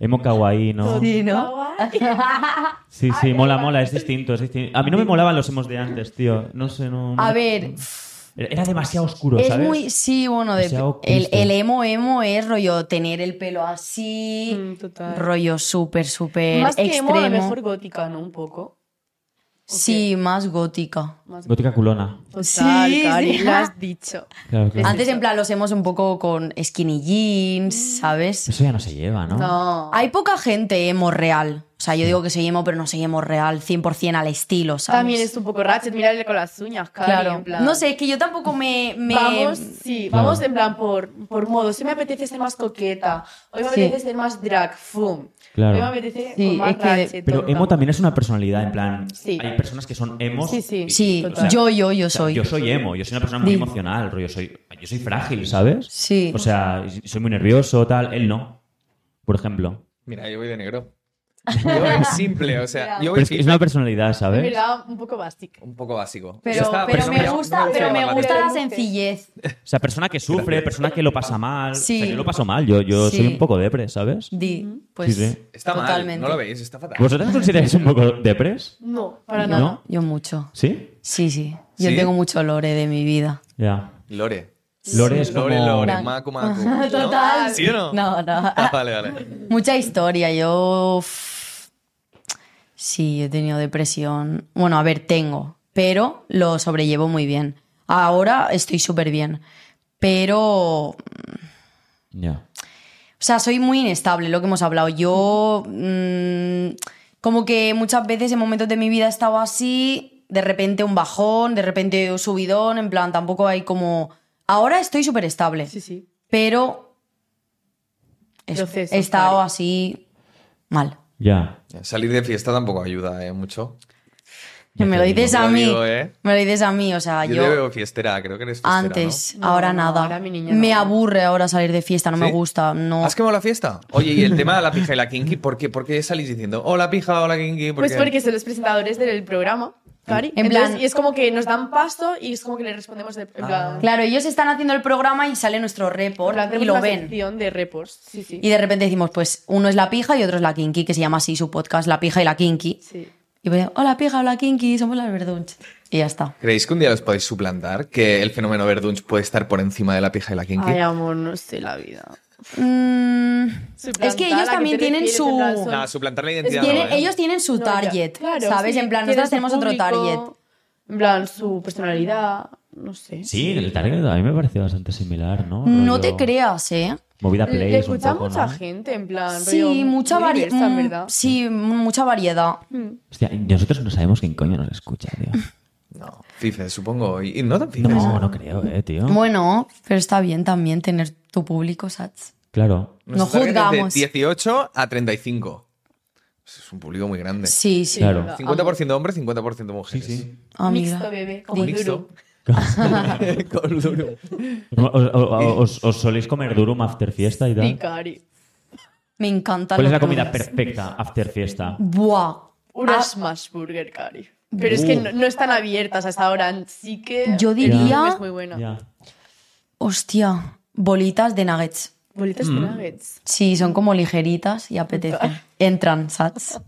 emo kawaii, ¿no?
Sí, ¿no?
Kawaii.
Sí, sí, mola, mola, es distinto, es distinto. A mí no me molaban los emos de antes, tío. No sé, no. no-
A ver,
Era demasiado oscuro,
es
¿sabes?
muy. Sí, bueno, de-
Demasiado
el,
Cristo.
el emo emo es rollo tener el pelo así,
Mm, total.
rollo súper, súper
Más que
extremo.
emo, a lo mejor gótica, ¿no? Un poco.
Sí, más gótica.
Más
Gótica culona.
Total,
Sí,
Cari,
sí.
lo has dicho.
Claro, claro.
Antes, en plan, los emos un poco con
Mm.
skinny jeans, ¿sabes?
Eso ya no se lleva, ¿no?
No.
Hay poca gente emo real. O sea, yo digo que soy emo, pero no soy emo real, 100% al estilo, ¿sabes?
También es un poco ratchet, mírale con las uñas, Cari,
Claro.
en plan.
No sé, es que yo tampoco me. me-
Vamos, sí,
Claro.
vamos en plan por, por modos. Hoy me apetece ser más coqueta, hoy me
Sí.
apetece ser más drag, fum.
Claro.
Hoy me apetece
Sí,
con más
es que-
ratchet,
Pero
tonta.
emo también es una personalidad, en plan.
Sí.
Hay personas que son emos.
Sí, sí.
Sí,
O sea,
yo, yo, yo
o sea,
soy.
Yo soy emo, yo soy una persona muy
Sí.
emocional, rollo, soy, yo soy frágil, ¿sabes?
Sí.
O sea, soy muy nervioso, tal. Él no, por ejemplo.
Mira, yo voy de negro. Yo voy simple, o sea, yo
Pero
voy
es, que es una personalidad,
En
¿sabes?
verdad, un poco básico.
un poco básico.
Pero,
Ya está,
pero
no
me
llamo-
gusta,
no
pero me
llamar la
gusta la
atención.
sencillez.
O sea, persona que sufre, persona que lo pasa mal.
Sí.
O sea, yo lo paso mal, yo, yo
Sí.
soy un poco depres, ¿sabes?
Di, pues
Sí, sí.
Está mal,
totalmente.
no lo veis, está fatal.
¿Vosotros consideráis un poco depres?
No, para
No.
nada.
¿No?
Yo mucho.
¿Sí?
Sí, sí. Yo
¿Sí?
tengo mucho lore de mi vida.
Ya.
Lore.
Lore es como...
Lore, Lore,
Nah.
Macu, Macu. ¿no?
Total.
¿Sí o no?
No, no.
Ah, vale, vale.
Mucha historia. Yo. uff, Sí, he tenido depresión. Bueno, a ver, tengo. Pero lo sobrellevo muy bien. Ahora estoy súper bien. Pero
Ya.
O sea, soy muy inestable, lo que hemos hablado. Yo, mm, como que muchas veces en momentos de mi vida he estado así, de repente un bajón, de repente un subidón, en plan, tampoco hay como... Ahora estoy súper estable,
Sí, sí.
pero eso,
Procesos,
he estado
vale.
así mal.
Ya.
Salir de fiesta tampoco ayuda, ¿eh? Mucho.
Ya
me
te
lo
digo.
dices
Te
a
lo
mí.
digo, ¿eh?
Me lo dices a mí, o sea,
Yo
yo...
te veo fiestera, creo que eres fiestera, ¿no?
Antes,
¿no?
ahora
No,
nada.
ahora mi niña
me
no.
aburre ahora salir de fiesta, no me
¿Sí?
gusta. No.
¿Has quemado la fiesta? Oye, y el tema de la pija y la kinky, ¿por qué, por qué salís diciendo hola pija, hola kinky? ¿Por
Pues
qué?
porque son los presentadores del programa, Cari.
En
Entonces,
plan-
y es como que nos dan pasto y es como que le respondemos de en plan...
Claro, ellos están haciendo el programa y sale nuestro report
plan,
y
tenemos
lo
una
ven.
sección de repos. Sí, sí.
Y de repente decimos, pues uno es la pija y otro es la kinky, que se llama así su podcast, La pija y la kinky.
Sí.
Y pues, hola pija, hola kinky, somos las verdunch. Y ya está.
¿Creéis que un día los podéis suplantar? ¿Que el fenómeno Verdunch puede estar por encima de la pija y la kinky?
Ay, amor, no sé la vida.
Mm,
Suplantar,
es que
¿a qué
ellos
te
también tienen
refieres? En plan,
su...
son-
Nada, suplantar la identidad
tienen-
no, ¿eh?
Ellos tienen su
No, ya,
target,
claro,
¿sabes?
sí,
en plan,
tiene
nosotros
su
tenemos otro
público,
target.
En plan, su personalidad, no sé.
Sí, el target a mí me pareció bastante similar, ¿no?
No
Rollo-
te creas, ¿eh?
Movida
Le
play.
le escucha
un poco,
mucha
¿no?
gente, en plan.
Sí,
rollo,
mucha
muy
variedad.
diversa, en ¿verdad? Mm.
Sí, mucha variedad.
Hostia, y nosotros no sabemos quién coño nos escucha, tío.
No, fifes, supongo. Y, y no tan fifes.
No, no creo, eh, tío.
Bueno, pero está bien también tener tu público, Sats.
Claro.
Nuestro
no
target es
juzgamos.
De 18 a 35. Eso Es un público muy grande.
Sí, sí.
Claro.
verdad.
50% hombres, 50% mujeres.
Amiga.
Mixto, bebé, como
Mixto.
duro.
Con duro.
¿Os, o- os- os soléis comer durum after fiesta y
Sí,
tal?
Cari.
Me encanta
¿Cuál Pues es
lo
la
que-
comida perfecta after fiesta?
Buah.
Una
Ah,
smash burger, Cari. Pero
Uh.
es que no, no están abiertas hasta ahora, sí que.
Yo
el
diría-
menú Es muy buena.
Ya.
Hostia, bolitas de nuggets.
Bolitas
Mm.
de nuggets.
Sí, son como ligeritas y apetecen. Entran, ¿sabes?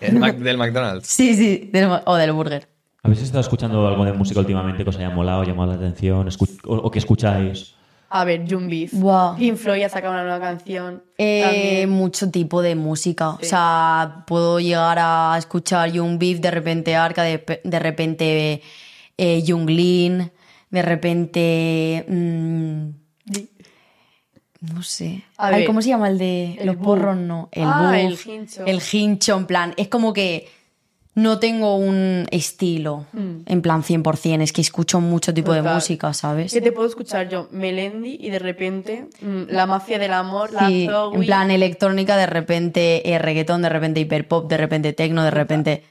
El Mac- del McDonald's.
Sí, sí, del mo- o del burger.
¿Habéis estado escuchando algo de música últimamente que os haya molado, llamado la atención, escu- o, o que escucháis?
A ver, Jun Beef.
Buah.
Pink Floyd ha sacado una nueva canción.
Eh,
también.
mucho tipo de música. O sea, puedo llegar a escuchar Young Beef, de repente Arca, de, pe- de repente eh, Young Lean, de repente. mm, no sé.
A
Ay,
ver.
¿Cómo se llama el de
El
los
bug.
porros? No. El
Ah,
bug,
el hincho.
El hincho, en plan. Es como que no tengo un estilo, en plan 100%. Es que escucho mucho tipo de
Mm. Total.
música, ¿sabes?
¿Qué te puedo escuchar yo? Melendi y de repente mm, La Mafia del Amor,
Sí,
la Zoe.
en plan eh, electrónica, de repente eh, reggaetón, de repente hiperpop, de repente tecno, de repente.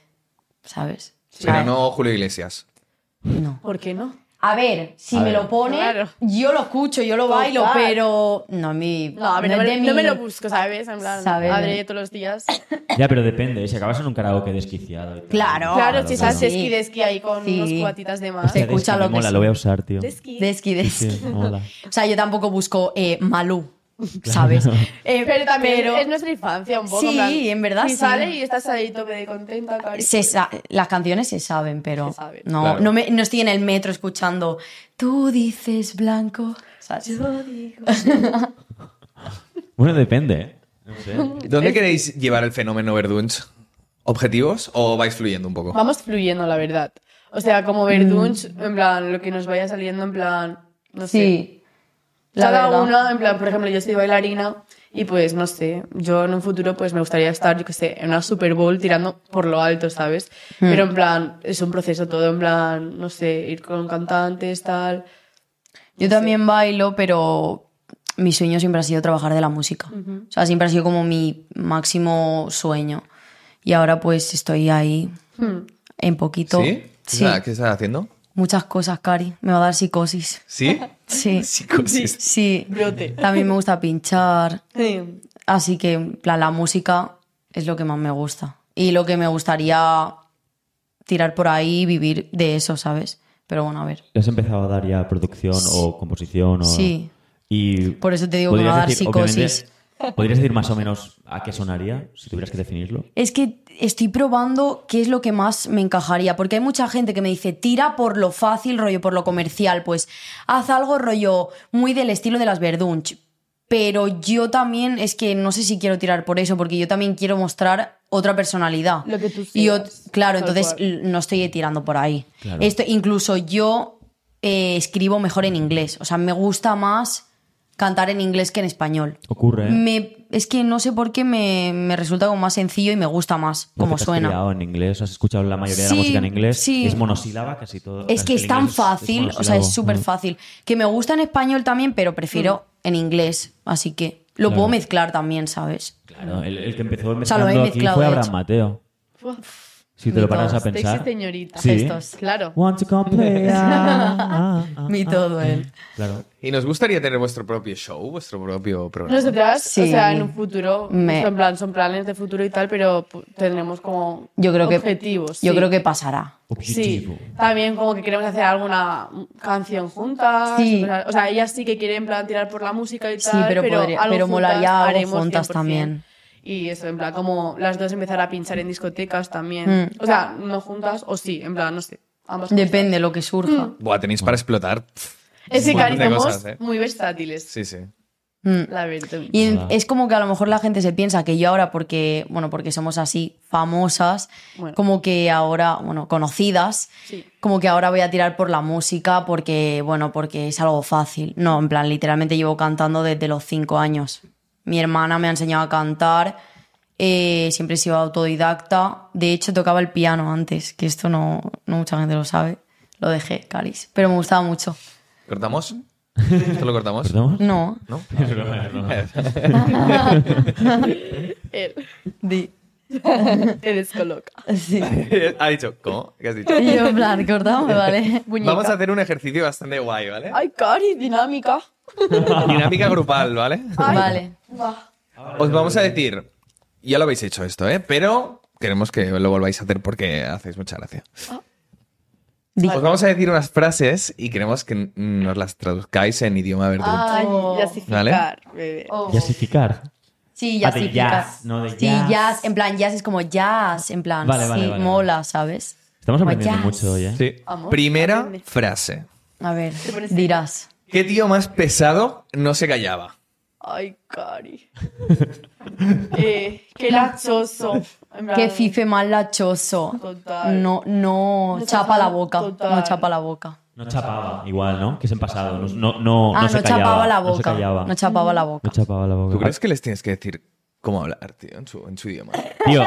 ¿Sabes? O sea,
Pero no Julio Iglesias.
no.
¿Por qué no?
A ver, si
A
me
ver.
lo pone,
Claro.
yo lo escucho, yo lo bailo,
Total.
pero. No, a mí.
No, a ver, no,
es
me,
de
no me
mi-
lo busco, ¿sabes? En plan,
Saber.
abre todos los días.
Ya, pero depende, ¿eh? si acabas en un karaoke desquiciado. y tal.
Claro.
claro, si estás
sí.
esquí de esquí ahí con
Sí.
unos cuatitas de más.
Hostia,
Se escucha
desqui, Este me
lo que
mola,
sí.
lo voy a usar, tío.
De esquí.
Desqui, desqui.
Sí, mola.
O sea, yo tampoco busco eh, Malú, ¿sabes? Eh,
Pero también
pero
es nuestra infancia un poco.
Sí,
plan,
en verdad
si
sí.
sale y estás ahí tope de contenta, cari.
se sa- las canciones se saben, pero
Se saben.
no,
Claro.
no, me- no estoy en el metro escuchando tú dices blanco. ¿sabes?
Yo digo.
Bueno, depende, ¿eh? No sé.
¿Dónde queréis llevar el fenómeno Verdunch? ¿Objetivos o vais fluyendo un poco?
Vamos fluyendo, la verdad.
Mm.
O sea, como Verdunch, en plan, lo que nos vaya saliendo, en plan, no sé.
Sí. La
cada
verdad.
uno, en plan, por ejemplo, yo soy bailarina y pues no sé, yo en un futuro pues me gustaría estar, yo que sé, en una Super Bowl tirando por lo alto, ¿sabes?
Hmm.
Pero en plan, es un proceso todo, en plan, no sé, ir con cantantes, tal.
Yo también bailo, pero mi sueño siempre ha sido trabajar de la música. O sea, siempre ha sido como mi máximo sueño. Y ahora pues estoy ahí en poquito.
¿Sí? ¿Qué
Sí.
está- ¿Qué estás haciendo?
Muchas cosas, Cari. Me va a dar psicosis.
¿Sí?
Sí.
Psicosis.
Sí.
Brote.
También me gusta pinchar.
Sí.
Así que, en plan, la música es lo que más me gusta. Y lo que me gustaría tirar por ahí y vivir de eso, ¿sabes? Pero bueno, a ver.
¿Has empezado a dar ya producción o composición? O...
Sí.
Y
Por eso te digo que me va a dar
podrías decir,
psicosis.
obviamente, ¿Podrías decir más o menos a qué sonaría, si tuvieras que definirlo?
Es que estoy probando qué es lo que más me encajaría, porque hay mucha gente que me dice, tira por lo fácil, rollo por lo comercial, pues haz algo rollo muy del estilo de las Verdunch. Pero yo también es que no sé si quiero tirar por eso, porque yo también quiero mostrar otra personalidad.
Lo que tú
Y yo-
seas,
claro,
tal
entonces
cual.
l- no estoy tirando por ahí.
Claro.
Esto, incluso yo eh, escribo mejor en inglés, o sea, me gusta más cantar en inglés que en español.
Ocurre. ¿eh?
Me- es que no sé por qué me, me resulta como más sencillo y me gusta más
Porque
como
te has
suena.
criado en inglés, has escuchado la mayoría de
Sí,
la música en inglés.
sí.
Es monosílaba casi todo.
Es que
El
es tan
inglés
fácil, o sea, es
monosílabo.
súper fácil. Que me gusta en español también, pero prefiero en inglés. Así que lo
Mm. Claro.
puedo mezclar también, ¿sabes?
Claro, el, el que empezó
sea, lo
mezclando
he
aquí
mezclado,
fue
de
Abraham
hecho.
Mateo. Si te
Ni
lo paras a
todos,
pensar.
Sexy señorita.
Sí.
Gestos.
Claro.
Want to come play, ah, ah, ah,
Mi
ah.
todo él.
Claro.
¿Y nos gustaría tener vuestro propio show, vuestro propio programa?
Nosotras,
Sí.
o sea, en un futuro,
Me-
en plan, son planes de futuro y tal, pero pu- tendremos como
Yo creo que
objetivos.
Yo
sí.
creo que pasará.
Objetivo.
Sí, también como que queremos hacer alguna canción juntas.
Sí.
cosas- O sea, ellas sí que quieren en plan tirar por la música y tal.
Sí, pero podría-
algo
pero
juntas
molaría algo
haremos
juntas
100%.
también.
Y eso, en plan, como las dos empezar a pinchar en discotecas también.
Mm.
O sea, no juntas o sí, en plan, no sé. Ambas juntas.
Depende lo que surja.
Mm.
Buah, tenéis para explotar. Pff,
Es que
Un
Cari
montón de
somos
cosas, ¿eh?
muy versátiles.
Sí, sí.
Mm.
La verdad.
Y en-
Ojalá.
es como que a lo mejor la gente se piensa que yo ahora, porque, bueno, porque somos así famosas,
Bueno.
como que ahora, bueno, conocidas,
Sí.
como que ahora voy a tirar por la música porque, bueno, porque es algo fácil. No, en plan, literalmente llevo cantando desde los cinco años. Mi hermana me ha enseñado a cantar, eh, siempre he sido autodidacta. De hecho, tocaba el piano antes, que esto no, no mucha gente lo sabe. Lo dejé, Caris, pero me gustaba mucho.
¿Cortamos? ¿Esto lo cortamos?
¿Perdón?
No,
¿No?
Es broma, es broma.
Él
di.
te descoloca.
Sí.
ha dicho, ¿cómo? ¿Qué has dicho?
Y yo, en plan, cortamos, ¿vale?
Muñeca.
Vamos a hacer un ejercicio bastante guay, ¿vale?
Ay, Cari, dinámica.
Dinámica grupal, ¿vale?
Ah,
Ay.
Vale.
Buah.
Os vamos a decir, ya lo habéis hecho esto, ¿eh? Pero queremos que lo volváis a hacer porque hacéis mucha gracia.
Ah.
Di.
Os vamos a decir unas frases y queremos que n- nos las traduzcáis en idioma verde.
Ay,
Oh.
yasificar, bebé.
Oh.
Yasificar.
Sí,
Ah,
jazz
de jazz, no de
sí,
jazz.
en plan jazz es como jazz, en plan,
Vale,
sí,
vale, vale,
mola, ¿sabes?
Estamos
Como
aprendiendo
jazz.
mucho hoy, ¿eh?
Sí.
Vamos,
Primera
aprende.
frase.
A ver, dirás.
¿Qué tío más pesado no se callaba?
Ay, Cari. eh, qué lachoso. En plan,
Qué fife más lachoso.
Total.
No, no,
No
chapa la
chapa-
boca, no
total.
chapa la boca.
No chapaba, igual, ¿no? Que es en pasado. No, no, no,
ah,
no
no,
se callaba.
chapaba la
No se
boca.
callaba.
No chapaba la
No
boca.
chapaba la boca.
¿Tú crees que les tienes que decir cómo hablar, tío, en su, en su idioma?
Tío,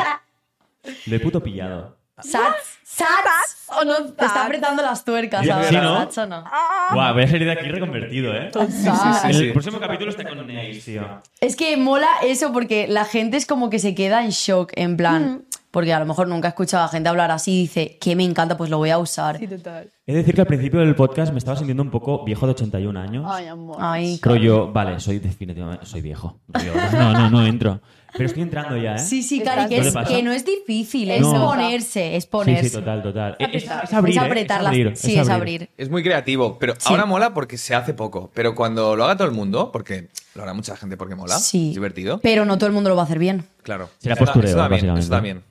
lo he puto pillado.
Sats, sats.
O oh, no
Te está
tan.
apretando las tuercas,
Sí,
ahora,
sí, ¿no?
Sats o no.
Guau, voy a salir de aquí reconvertido, ¿eh?
Sí, sí,
En
sí,
el
sí.
próximo capítulo está con Neis, tío.
Es que mola eso porque la gente es como que se queda en shock, en plan, porque a lo mejor nunca he escuchado a gente hablar así y dice, que me encanta, pues lo voy a usar.
Sí, total.
He de decir que al principio del podcast me estaba sintiendo un poco viejo de 81 años.
Ay, amor.
Ay,
Rollo, vale, soy definitivamente, soy viejo. Rollo, No, no, no entro. Pero estoy entrando ya, ¿eh?
Sí, sí, Cari, que,
¿No te
es,
pasa?
que no es difícil, es
No.
ponerse, es
Sí,
ponerse.
sí, total, total. Es,
apretar.
es
es
abrir, ¿eh?
apretar
Es
las...
abrir,
sí, es abrir.
Es muy creativo, pero ahora mola porque se hace poco. Pero cuando lo haga todo el mundo, porque lo hará mucha gente porque mola,
Sí.
es divertido.
Pero no todo el mundo lo va a hacer bien.
Claro.
Será
Eso da-
postureo,
eso da bien,
básicamente.
Eso también.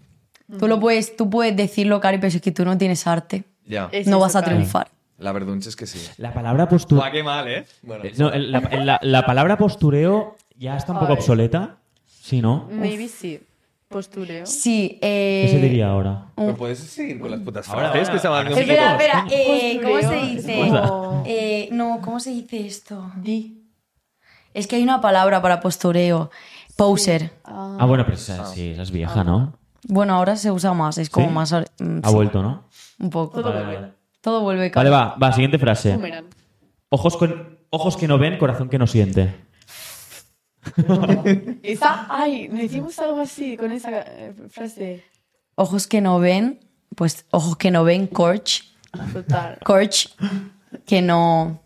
Tú lo puedes, tú puedes decirlo, Cari, pero es que tú no tienes arte.
Ya.
Es
no
eso,
vas a
Cari.
triunfar.
La verduncha es que sí.
La palabra postura...
Buah, qué mal, ¿eh? Bueno.
Eh, No, el- la, el- la- la palabra postureo ya está un poco
Ay.
obsoleta. Sí, ¿no?
Maybe sí. Postureo.
Sí, eh...
¿Qué se diría ahora?
¿Pero puedes seguir con las putas
Ahora,
frases
ahora,
que estaban
ahora
haciendo
sí.
un poco-
Pues
Espera, espera, eh,
Postureo.
¿cómo se
Postureo.
dice?
Postureo.
Eh, no, ¿cómo se dice esto?
Di.
Es que hay una palabra para postureo. Poser.
Ah, bueno, pero esa, sí, esa es vieja, ¿no?
Bueno, ahora se usa más, es como
¿Sí? Ah,
más. ar- mm,
Ha
sí,
vuelto, ¿no?
Un poco.
Vale, vale.
Todo vuelve
Vale,
Carlos.
va, va, siguiente frase.
Boomerang.
Ojos, con, ojos que no ven, corazón que no siente.
Esa, ay, decimos algo así con esa eh, frase.
Ojos que no ven, pues ojos que no ven, corch.
Total.
Corch, que no.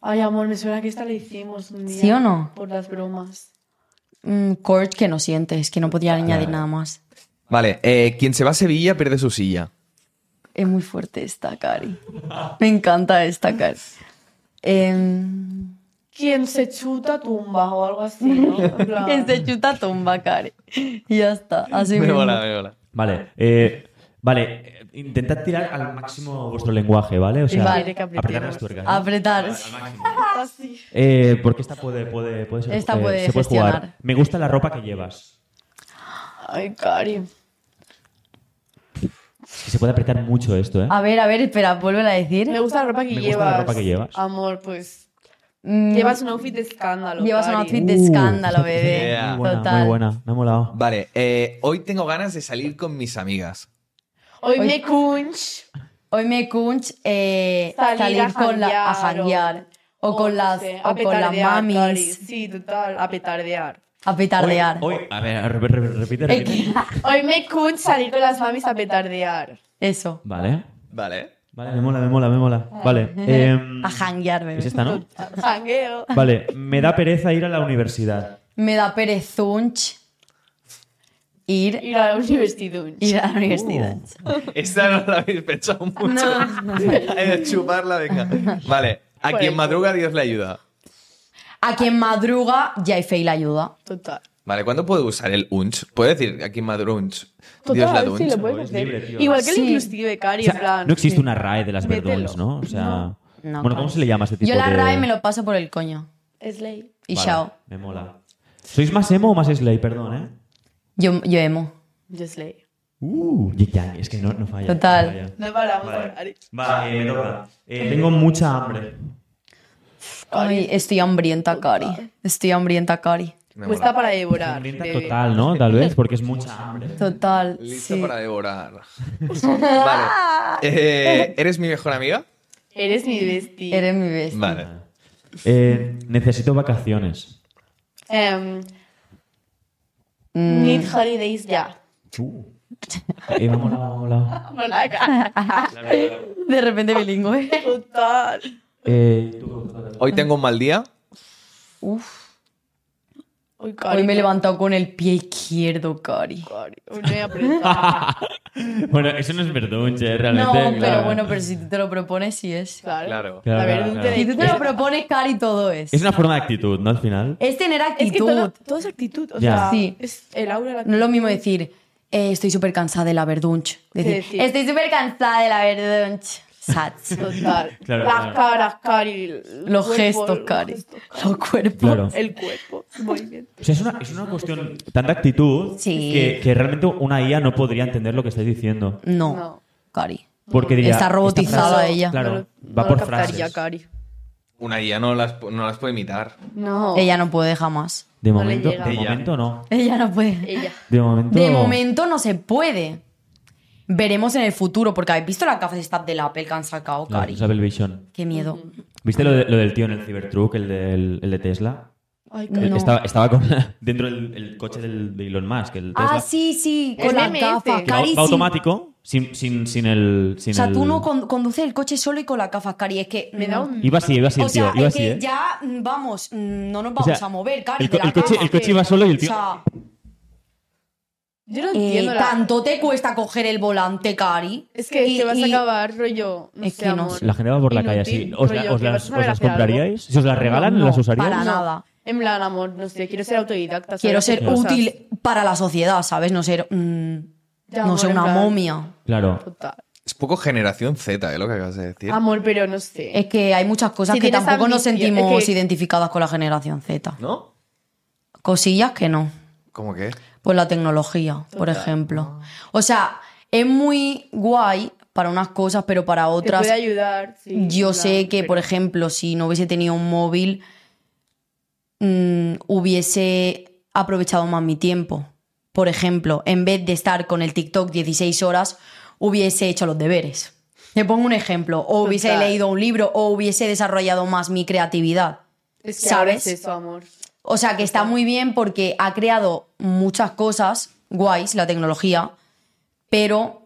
Ay, amor, me suena que esta la hicimos un día.
¿Sí o no?
Por las bromas.
mm, corch que no sientes, que no podía añadir nada más.
Vale, eh, quien se va a Sevilla pierde su silla.
Es muy fuerte esta, Cari. Me encanta esta, Cari. Em,
Quien se chuta tumba o algo así, ¿no? En plan-
Que se chuta tumba, Cari. Y ya está. Así
Me
mismo.
mola, me mola.
Vale, eh, vale. eh, Intentad tirar al máximo vuestro lenguaje, ¿vale? O sea,
Vale. Ah.
apretar las tuercas. ¿no?
Apretar.
Así.
Eh, porque esta puede, puede, puede ser.
Esta
eh,
puede
se puede jugar.
gestionar.
Me gusta la ropa que llevas.
Ay, Cari.
Es que se puede apretar mucho esto, ¿eh?
A ver, a ver, espera, vuelve a decir.
Me gusta la ropa que
Me
llevas.
gusta la ropa que llevas.
Amor, pues.
Mm,
Llevas un outfit de escándalo.
llevas un
Cari.
outfit de escándalo,
esta-
bebé.
Yeah.
Uh. Muy buena,
Ah, Total.
muy buena. Me ha molado.
Vale, eh, hoy tengo ganas de salir con mis amigas.
Hoy
Hoy-
me cunch.
Hoy me cunch eh,
Salir
salir,
a
con la, a
janguear o-
janguear. O, con
no
las,
sé,
o
a
con las
petardear,
mamis.
Cari. Sí, total, a petardear.
A petardear.
Hoy, hoy- a ver, a- repite, repite.
Es
repite.
que-
Hoy me cunch salir con las mamis a petardear.
Eso.
Vale.
Vale.
Vale, me mola, me mola, me mola. Vale. em,
a janguear, bebé.
es esta, ¿no?
Jangueo.
Vale, me da pereza ir a la universidad.
Me da perezunch ir,
Ir a la universidad.
ir a la universidad.
Uh.
Esta no la habéis pensado mucho. Eh, Chuparla, venga. Vale, a
Por
quien
el-
madruga Dios le ayuda.
A quien madruga, Jaifei la ayuda.
Total.
Vale, ¿cuándo puedo usar el unch? ¿Puedo decir a quien madruga unch? Dios la
Total,
dunch.
sí, lo
No,
puedes
es
hacer.
libre, tío.
Igual que el
Sí.
inclusive, Cari,
O sea,
en plan.
no existe una RAE de las
Mételo.
verduns, ¿no? O sea,
No,
bueno,
claro.
¿cómo se le llama a este tipo
Yo la
de...?
RAE me lo paso por el coño.
Es ley.
Y
Vale,
chao.
Me mola. ¿Sois más emo o más slay? Perdón, ¿eh?
Yo, yo emo.
Yo es ley.
Uh, Jig Yang, es que no, no falla.
Total.
no falla.
No paramos,
Vale.
Cari.
Va, eh, me toca. Eh, tengo mucha hambre.
Ay, estoy hambrienta, Cari. Estoy hambrienta, Cari.
Me
Pues
mola.
está para devorar.
Hambrienta
bebé.
total, ¿no? Tal vez, porque es mucha hambre.
Total.
Lista
sí.
para devorar. vale. Eh, ¿Eres mi mejor amiga?
Eres mi bestia.
Eres mi bestia.
Vale.
Eh, necesito vacaciones.
Em,
Mm,
Need holidays ya.
Uh. Eh, me ha molado, me ha molado.
de repente bilingüe.
Total.
Eh, tú,
Hoy tengo un mal día.
Uf.
Uy, Cari.
Hoy me he levantado con el pie izquierdo, Cari.
Cari, hoy me he apretado.
Bueno, eso no es verdunche,
No,
realmente.
pero
claro.
bueno, pero si tú te lo propones, sí es.
Claro.
Claro.
Claro,
A ver,
claro,
un
claro.
Si tú te
teléfono.
lo propones, Cari, todo es.
Es una forma de actitud, ¿no? Al final.
Es tener
Es que todo,
actitud.
todo es actitud. O
Ya.
sea,
Sí.
es el aura. La
No es lo mismo decir, eh, estoy súper cansada de la verdunch. Decir,
decir?
estoy súper cansada de la verdunch. Sats.
Total.
Claro,
Las
claro.
caras, Cari. el
Los
cuerpo,
gestos,
los
Cari.
gestos,
Los cuerpos.
Claro.
El cuerpo. Muy bien.
O sea, es una, es una cuestión tan de actitud
Sí.
que, que realmente una IA no podría entender lo que estáis diciendo.
No,
No.
Cari.
Porque diría.
Está
esta
robotizada
frase-
ella.
Claro,
No lo-
va
no
por
lo captaría,
frases.
Cari.
Una guía no las, no las puedo imitar.
No.
Ella no puede jamás.
De
No le
momento,
llega.
de
Ella.
momento no.
Ella no puede.
Ella.
De momento.
Eh, De momento no se puede. Veremos en el futuro, porque habéis visto la café de la Apple que han sacado,
La
Cari.
Isabel Vision.
Qué miedo.
¿Viste lo, de- lo del tío en el Cybertruck, el, del- el de Tesla?
Ay,
No.
Estaba, estaba con- dentro del el coche del, de Elon Musk, el Tesla.
Ah, sí, sí,
Es
con la
MF.
gafa.
Que va-
Cari, sí.
va automático, sin, sin, sin el. Sin
O sea,
el-
tú no con- conduces el coche solo y con la gafa, Cari. Es que
Me da un.
Iba así, iba así,
O
el tío.
sea,
iba
es
así,
que
¿eh?
ya mm, vamos, mm, no nos
O
vamos
sea,
a mover, Cari.
el,
de
co-
la
el coche,
cama.
el coche iba solo y el
O
tío.
sea,
Yo no
eh,
entiendo la.
tanto te cuesta coger el volante, Cari.
Es que
Y-
te vas
y-
a acabar, rollo. No
Es
sé,
que no
amor.
sé.
La gente va por la calle
Inútil,
así. ¿Os, la-
rollo,
os
que vas
las,
a
os
saber
las
hacer algo.
compraríais? Si os las regalan,
No,
¿las usaríais?
para nada.
En plan, amor, no sé, quiero ser autodidacta. ¿sabes?
Quiero ser
Hacer cosas.
útil para la sociedad, ¿sabes? No ser. mm,
Ya,
no
amor,
ser
en
una
plan-
momia.
Claro.
Total.
Es poco generación Z, eh, lo que acabas de decir.
Ah.
Amor, pero no sé.
Es que hay muchas cosas
Si
que
tienes
tampoco nos
ambición,
sentimos
es que-
identificadas con la generación Z.
¿No?
Cosillas que no.
¿Cómo que?
Pues la tecnología, por ejemplo. O sea, es muy guay para unas cosas, pero para
Te
otras.
puede ayudar. sí,
Yo
en plan,
sé que,
pero-
por ejemplo, si no hubiese tenido un móvil, mm, hubiese aprovechado más mi tiempo. Por ejemplo, en vez de estar con el TikTok 16 horas, hubiese hecho los deberes. Te pongo un ejemplo. O hubiese
Total.
leído un libro o hubiese desarrollado más mi creatividad.
Es que
¿Sabes?
¿Sabes? eso, amor.
O sea, que está muy bien porque ha creado muchas cosas guays, la tecnología, pero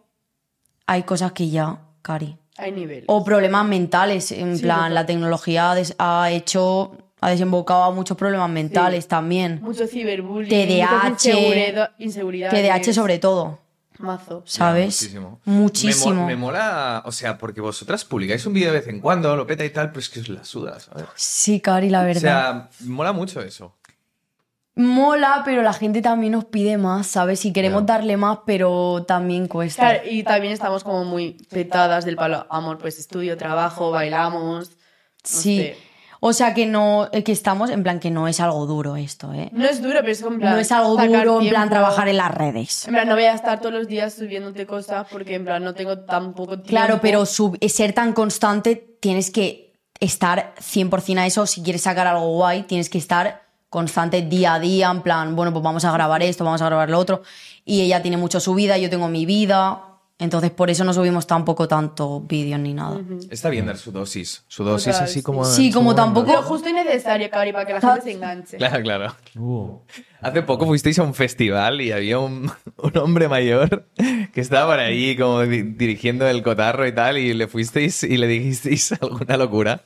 hay cosas que ya, Cari.
Hay nivel.
O problemas mentales, en
Sí,
plan,
total.
la tecnología ha des- ha hecho, ha desembocado a muchos problemas mentales también.
Mucho ciberbullying.
TDAH.
muchas inseguridad- inseguridades.
TDAH sobre todo,
Mazo.
¿sabes?
Muchísimo. Me,
Muchísimo.
mo- me mola, o sea, porque vosotras publicáis un vídeo de vez en cuando, lo peta y tal, pero es que os la sudas, ¿sabes?
Sí, Cari, la
O
verdad.
sea, mola mucho eso.
Mola, pero la gente también nos pide más, ¿sabes? Y queremos
Ya.
darle más, pero también cuesta.
Claro, y también estamos como muy petadas del palo. Amor, pues estudio, trabajo, bailamos. no
sí.
sé.
O sea que no, que estamos en plan que no es algo duro esto, ¿eh?
No es duro, pero es como en plan.
No es algo
sacar
duro en plan
tiempo.
trabajar en las redes.
En plan, no voy a estar todos los días subiéndote cosas porque en plan no tengo tampoco tiempo.
Claro, pero sub- eh, ser tan constante tienes que estar 100% a eso. Si quieres sacar algo guay, tienes que estar constante día a día, en plan, bueno, pues vamos a grabar esto, vamos a grabar lo otro. Y ella tiene mucho su vida, yo tengo mi vida. Entonces, por eso no subimos tampoco tanto vídeos ni nada.
Está bien dar su dosis. Su dosis
Total,
así
sí.
como.
Mm. Sí,
en su
como
momento.
tampoco-
Lo justo y necesario, Cari, para que la gente se enganche.
Claro, claro.
Uh.
Hace poco fuisteis a un festival y había un, un hombre mayor que estaba por ahí como di- dirigiendo el cotarro y tal, y le fuisteis y le dijisteis alguna locura.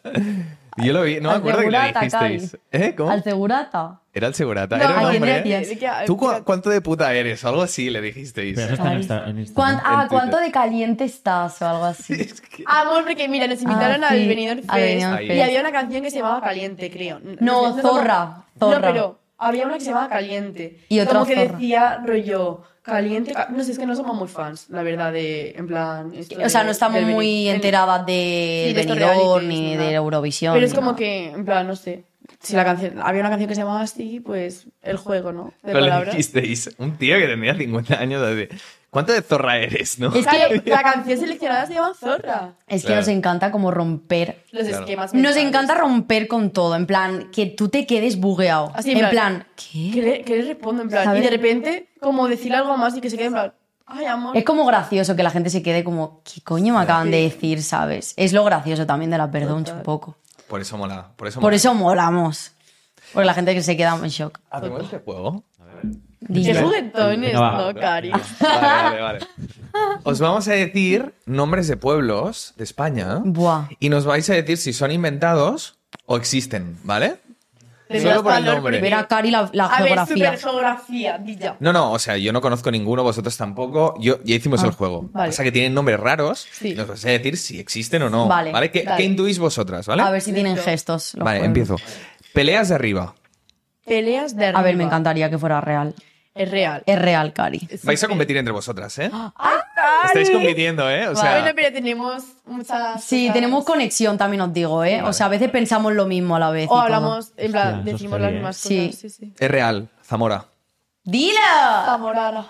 Yo lo vi, no me
Al
acuerdo que le
segurata,
dijisteis. ¿Eh? ¿Cómo?
Al segurata.
Era el segurata,
No,
era
¿a
un
quién le
hombre.
decías?
¿Tú cua- cuánto de puta eres? O algo así le dijisteis.
Pero eso está en Insta- en Instagram.
¿Cuán- ah,
En Twitter.
¿cuánto de caliente estás o algo así?
Es que-
Amor, porque mira, nos invitaron
Ah, sí,
al Benidorm Fest
al Benidorm
Ahí.
y había una canción que se llamaba Caliente, creo.
No, Zorra,
No,
Zorra.
pero había una que se llamaba Caliente.
Y otra
Como que
Zorra.
decía rollo Caliente. ca- No sé, es que no somos muy fans, la verdad, de. En plan. esto
O sea, no
de-
estamos
del Beni-
muy
del-
enteradas de
Sí, de estos
Benidorm
realities,
ni
nada.
de Eurovisión.
Pero es
ni
como
nada.
que, en plan, no sé. Si la canción. Había una canción que se llamaba así, pues. El juego, ¿no? De
Pero le
palabras.
dijisteis, un tío que tenía 50 años, así, ¿cuánto de zorra eres? ¿no?
Es
Claro,
que-
la canción seleccionada se llama Zorra.
Es que
Claro.
nos encanta como romper.
Los
Claro.
esquemas.
Nos
mentales.
encanta romper con todo. En plan, que tú te quedes bugueado.
Así,
en
en
plan,
plan, Que
¿qué?
le, que le respondo, en plan.
¿Sabes?
Y de repente, como decirle algo más y que se quede en plan. Ay, amor.
Es como gracioso que la gente se quede como, ¿qué coño me acaban de decir, sabes? Es lo gracioso también de la perdón un poco.
Por eso mola. Por eso
Por
mola.
eso molamos. Porque la gente que se queda en shock.
¿Hacemos este juego?
Qué
Dilo.
juguetón es,
Venga, va.
¿no, Cari?
Ah, Vale, vale, vale. Os vamos a decir nombres de pueblos de España
Buah.
y nos vais a decir si son inventados o existen, ¿vale?
Te
Solo
das
por el
valor
nombre.
Ver a Cari la, la
a
geografía.
ver, supergeografía, di ya.
No, no, o sea, yo no conozco ninguno, vosotros tampoco. Yo, ya
Ah,
hicimos el juego.
vale.
O sea, que tienen nombres raros
Sí.
y nos vais a decir si existen o no.
Vale,
¿Qué,
vale.
qué intuís vosotras, vale?
A ver si tienen gestos. los
vale,
pueblos.
empiezo. Peleas de arriba.
Peleas de arriba.
A ver, me encantaría que fuera real.
Es real.
Es real, Cari.
Vais a competir entre vosotras, ¿eh? Estáis compitiendo, ¿eh? O sea,
Bueno, pero tenemos muchas.
Sí,
cosas.
tenemos conexión también, os digo, ¿eh? O sea, a veces pensamos lo mismo a la vez. y
O
todo.
hablamos, en plan,
Hostia, eso
decimos
está
las
bien.
mismas
Sí.
cosas. Sí, sí.
es real, Zamora.
¡Dilo!
Zamorana.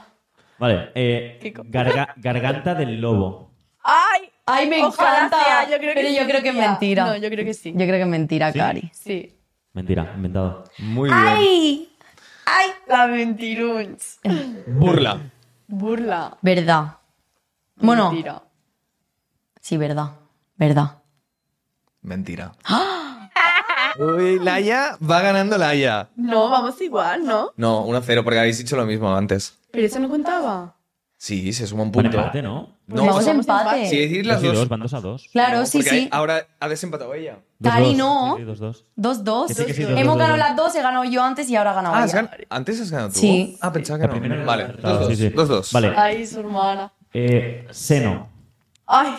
Vale, eh,
Qué co-
garga- garganta del lobo.
¡Ay!
¡Ay, me
Ojalá
encanta!
sea, yo creo que
Pero yo
sí,
creo que es
tía.
mentira.
No,
yo...
yo creo que sí.
creo que es mentira,
¿Sí?
Cari.
Sí.
Mentira, inventado.
Muy
¡Ay!
¡Ay! La mentiruns.
bien. Burla.
Burla.
Verdad. Bueno,
Mentira.
sí, verdad. Verdad.
Mentira. Uy, Laia va ganando Laia.
No, vamos igual, ¿no?
No, 1-0, porque habéis dicho lo mismo antes.
Pero eso no contaba.
Sí, se suma un
Buen
punto.
empate, ¿no?
No,
pues
Vamos
o
a
sea,
empate.
si decís las
Dos y dos,
dos.
van dos a dos.
Claro,
no,
sí,
porque hay- ah,
sí.
Ahora ha desempatado ella.
Dos,
Cari,
dos.
no.
Sí, sí, dos, dos.
Dos, dos.
Que sí, que sí, dos,
Hemos
dos,
ganado
dos,
las dos, he ganado yo antes y ahora he ganado
Ah,
ella.
has gan- antes has ganado tú.
Sí.
Ah, pensaba
La
que
primera
no.
que
Vale,
has
2-2.
acertado, sí, sí. Vale.
Ay, su hermana.
Eh, seno,
Ay,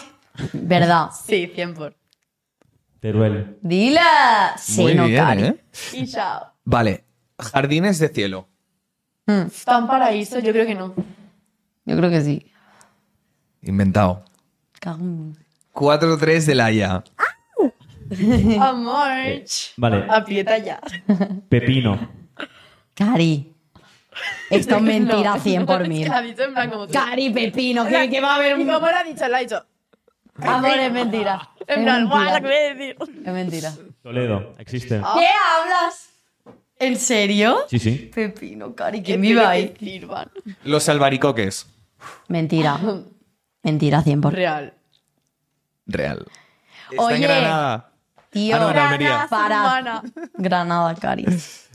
Verdad.
sí, 100 por.
Teruel.
¡Dila! Sí,
Muy
no,
bien,
Cari.
¿eh?
Y chao.
Vale. Jardines de cielo.
Mm,
¿Tan paraíso? Yo creo que no.
yo creo que sí.
Inventado.
Cago en-
4-3 de Laia.
Amor.
Vale,
Aprieta ya.
pepino.
Cari. Esto es mentira
No.
100 por
Es
mil.
que la ha dicho en plan como tú.
Cari, Pepino,
O sea,
que, que va a haber
¿Y
un...
cómo lo ha dicho? Lo ha dicho.
Amor, es mentira.
En
Es
plan, guau,
mentira.
lo que voy a decir.
Es mentira.
Toledo, existe.
¿Qué hablas? ¿En serio?
Sí, sí.
Pepino, cari,
Que
¿quién vive ahí?
que sirvan.
Los albaricoques.
Mentira. Mentira, 100%.
Real.
Real. Está en
Oye,
Granada.
Tío,
Ah, no, en Almería.
Granada, para.
Humana.
Granada, cari.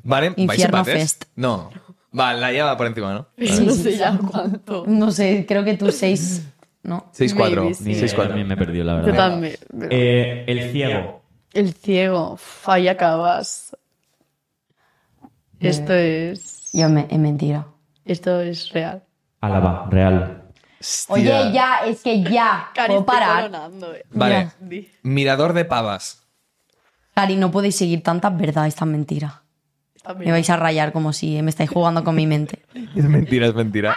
Vale, ¿vais
Infierno
empates?
Fest.
No. Vale, la lleva por encima, ¿no?
Pero
Sí,
no
sí,
sé
sí.
ya cuánto.
No sé, creo que tú seis. No.
6-4.
Maybe, sí.
Ni- yo
6-4.
también me he perdido, la
Yo
verdad.
también. pero-
Eh, el ciego.
El ciego. Uf, Ahí acabas.
Eh.
Esto es.
Yo me, es mentira.
Esto es real.
Álava, Real.
Oye, ya, es que ya.
Cari,
Puedo
estoy
parar.
coronando, eh.
Vale.
Ya.
Di.
Mirador de pavas.
Cari, no podéis seguir tantas verdades tan mentiras.
Está bien.
Me vais a rayar como si me estáis jugando con mi mente.
Es mentira, es mentira.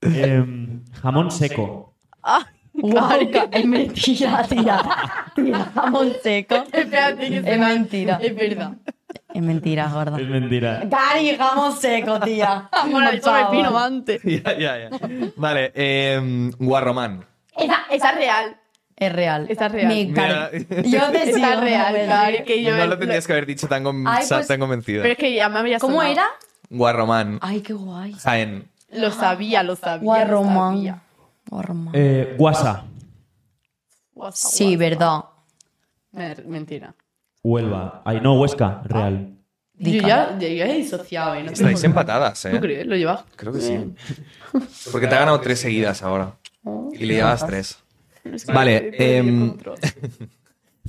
Em, jamón seco.
Guau, ca- es mentira, tía. Tía, jamón seco.
Espérate, que
Es mentira.
Es verdad.
Es mentira, gorda.
Es mentira.
Cari, jamón seco, tía.
Bueno,
Por
yo me
favor.
pino antes.
ya, ya, ya. Vale, eh, Guarromán.
Esa, esa es real.
Es real.
Está real.
Mi
Mira.
Cari, Yo te sigo.
Esa es real,
joder.
Cari. Que yo
No lo tendrías que haber dicho tan, con-
Ay, pues-
tan convencida.
Pero es que ya me había
¿Cómo
sonado.
era?
Guarromán.
Ay, qué guay.
Jaén.
Lo sabía, lo sabía. Lo
Guarromán.
sabía.
Guarromán.
Eh, guasa.
Guasa,
Sí,
guasa.
verdad.
Mer- mentira.
Huelva. Ay, no, Huesca. Real.
Di
Yo ya, yo ya he disociado, ¿eh? No sé
Estáis
por qué.
empatadas,
¿Tú
¿eh?
crees? ¿Lo llevas?
Creo que sí. Porque te ha ganado tres seguidas ahora. Y le llevas tres. Vale, em,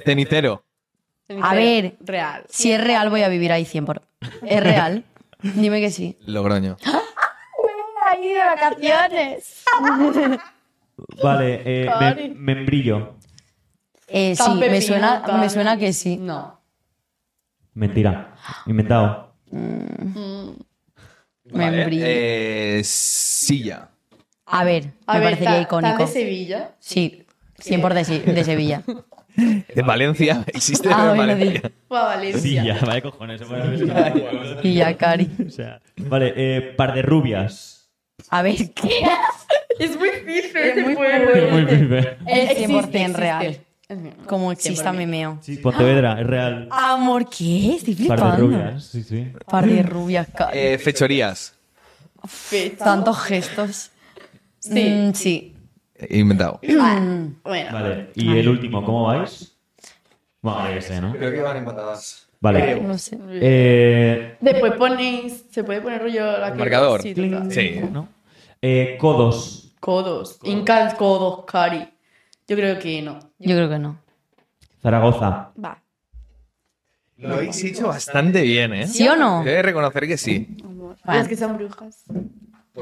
Cenicero.
A ver.
Real.
Si es real, voy a vivir ahí 100 por. Es real. Dime que sí.
Logroño.
Ahí de vacaciones.
Vale, eh, me-
Cari.
membrillo.
Eh, sí,
San
me
Pepino,
suena,
tal.
me suena que sí.
No.
Mentira. Inventado.
Membrillo.
eh, silla.
A ver,
A
me
ver,
parecería
ta-
icónico.
tal de Sevilla?
Sí, 100 por de, Se- de Sevilla.
En Valencia. Existe
Ah,
en
hoy lo
Valencia.
digo.
Fue a Valencia.
ya, vaya cojones.
Y ya, Cari.
O sea, vale, eh, par de rubias.
A ver, ¿qué?
Es muy difícil ese
muy
pueblo.
Muy bien.
Es
Existe,
100%
existe.
real. Como exista
mí.
memeo.
Sí, Pontevedra, es real.
Amor, ¿qué? Estoy Ah, flipando.
Par de rubias. Sí, sí.
Par de rubias, Cari.
Eh, fechorías.
Fecha.
Tantos gestos.
Eh, Sí. Ah.
Mm, sí.
Inventado.
Bueno.
Vale, y el último, ¿cómo vais? Bueno, ya sé, ¿no?
Creo que van empatadas.
Vale.
No sé.
Eh,
Después ponéis. Se puede poner rollo la que-
Marcador.
Sí, total.
Sí.
¿no? Eh, codos.
Codos. Incal codos, Cari. Yo creo que no.
Yo creo que no.
Zaragoza.
Va.
Lo habéis hecho bastante bien, ¿eh?
¿Sí o no?
Debe reconocer que sí.
Es que sean brujas.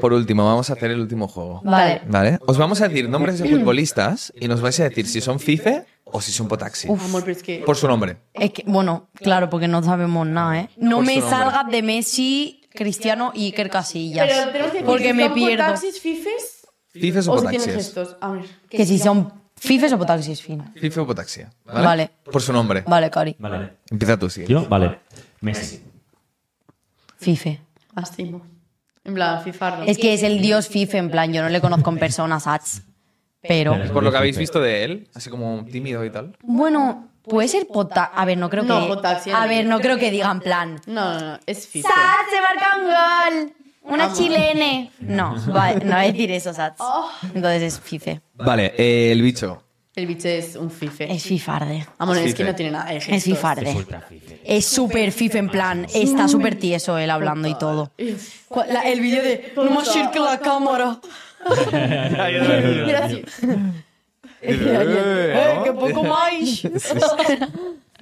Por último, vamos a hacer el último juego.
Vale.
¿Vale? Os vamos a decir nombres de futbolistas y nos vais a decir si son FIFE o si son Potaxi.
Amor, pero es que.
Por su nombre.
Es que, bueno, claro, porque no sabemos nada, ¿eh? No
Por
me
su nombre.
salgas de Messi, Cristiano y Iker Casillas.
Pero tenemos que decir
porque
si
me
son
pierdo.
Taxis, fifes
¿FIFES o
o si tienen
Potaxis?
gestos. A ver.
Que si son fifes o potaxis fin.
FIFE o Potaxi. ¿vale?
Vale.
Por su nombre.
Vale, Cari.
Vale.
Empieza tú, sí.
¿Yo? Vale. Messi.
Fife.
Astimo. En plan, fifardo.
Es que es el dios Fife, en plan, yo no le conozco en persona, Sats. Pero,
Pero-
Por lo que habéis visto de él, así como tímido y tal.
bueno, puede ser pota... A ver, no creo que...
No, Potaxi,
A
no.
ver, no creo que digan plan...
No, no, no. Es fife.
¡Sats, se marca un gol! ¡Una chilene! No, va- no va a decir eso, Sats. Entonces es Fife.
Vale, eh, el bicho.
El biche es un fife.
Es Fifarde.
Vamos,
Es
es que
fife.
no tiene nada de gestos.
Es Fifarde. Es súper Fife, en plan, está súper tieso él hablando y todo. Cu- la- el vídeo de... ¡No más que la cámara!
Gracias.
¡Eh, que poco más!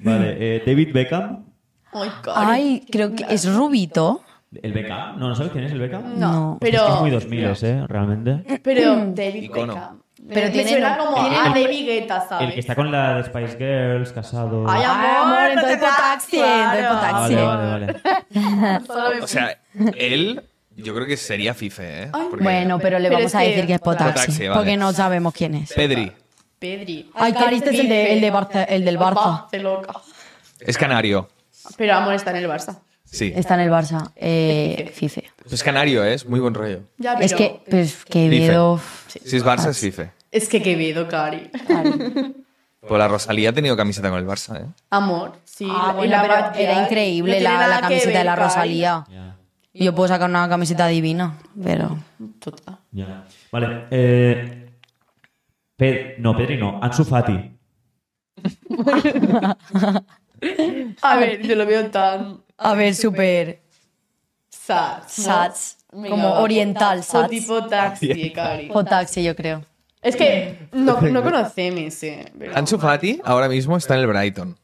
Vale, eh, David Beckham.
Ay, Cari.
Ay, creo que es Rubito.
¿El Beckham? ¿No, no sabes quién es el Beckham?
no.
No,
Es
Mm,
que
pero. Mm,
es muy 2000, ¿eh? Realmente.
Pero David
Icono.
Beckham.
Mm. Pero
Me
tiene
suena
nom-
como
tiene
a
nombre-
David Guetta, ¿sabes?
El que está con la de Spice Girls, casado.
Ay, amor,
Ay, amor,
no
entonces
te das,
Potaxi,
claro.
entonces
Ah,
Potaxi.
vale, vale, vale.
Solo me-
O sea, él, yo creo que sería FIFE, ¿eh? Porque-
Bueno, pero le
Pero
vamos
es
a
que-
decir que es Potaxi,
Potaxi, vale.
porque no sabemos quién es.
Pedri,
Pedri.
Ay, Cari, este es el, de- el de Barça- el del Barça.
Barça, loca.
es canario.
Pero amor está en el Barça.
Sí.
Está en el Barça. Eh, Fife.
Es canario, ¿eh? Es muy buen rollo.
Ya, pero-
Es que, pues, Quevedo.
Si es Barça, es FIFE.
Ah,
Es que Quevedo, Cari.
Claro.
Pues la Rosalía ha tenido camiseta con el Barça, ¿eh?
Amor, sí.
Ah,
y
bueno,
la
pero
Batgirl.
era increíble
No tiene
la, la
nada que
camiseta de
ver,
la
Kai.
Rosalía.
Ya,
Yo puedo sacar una camiseta divina, pero.
Total.
ya. Vale. Eh, Pe- no, Pedri no. Ansu Fati.
A ver, yo lo veo tan
A ver, súper
sad. ¿no?
sats,
Venga,
como
va,
oriental
O
sats.
tipo taxi, cari.
O taxi, yo creo.
Es que no, no conocemos, eh. pero-
Ansu Fati ahora mismo está en el Brighton,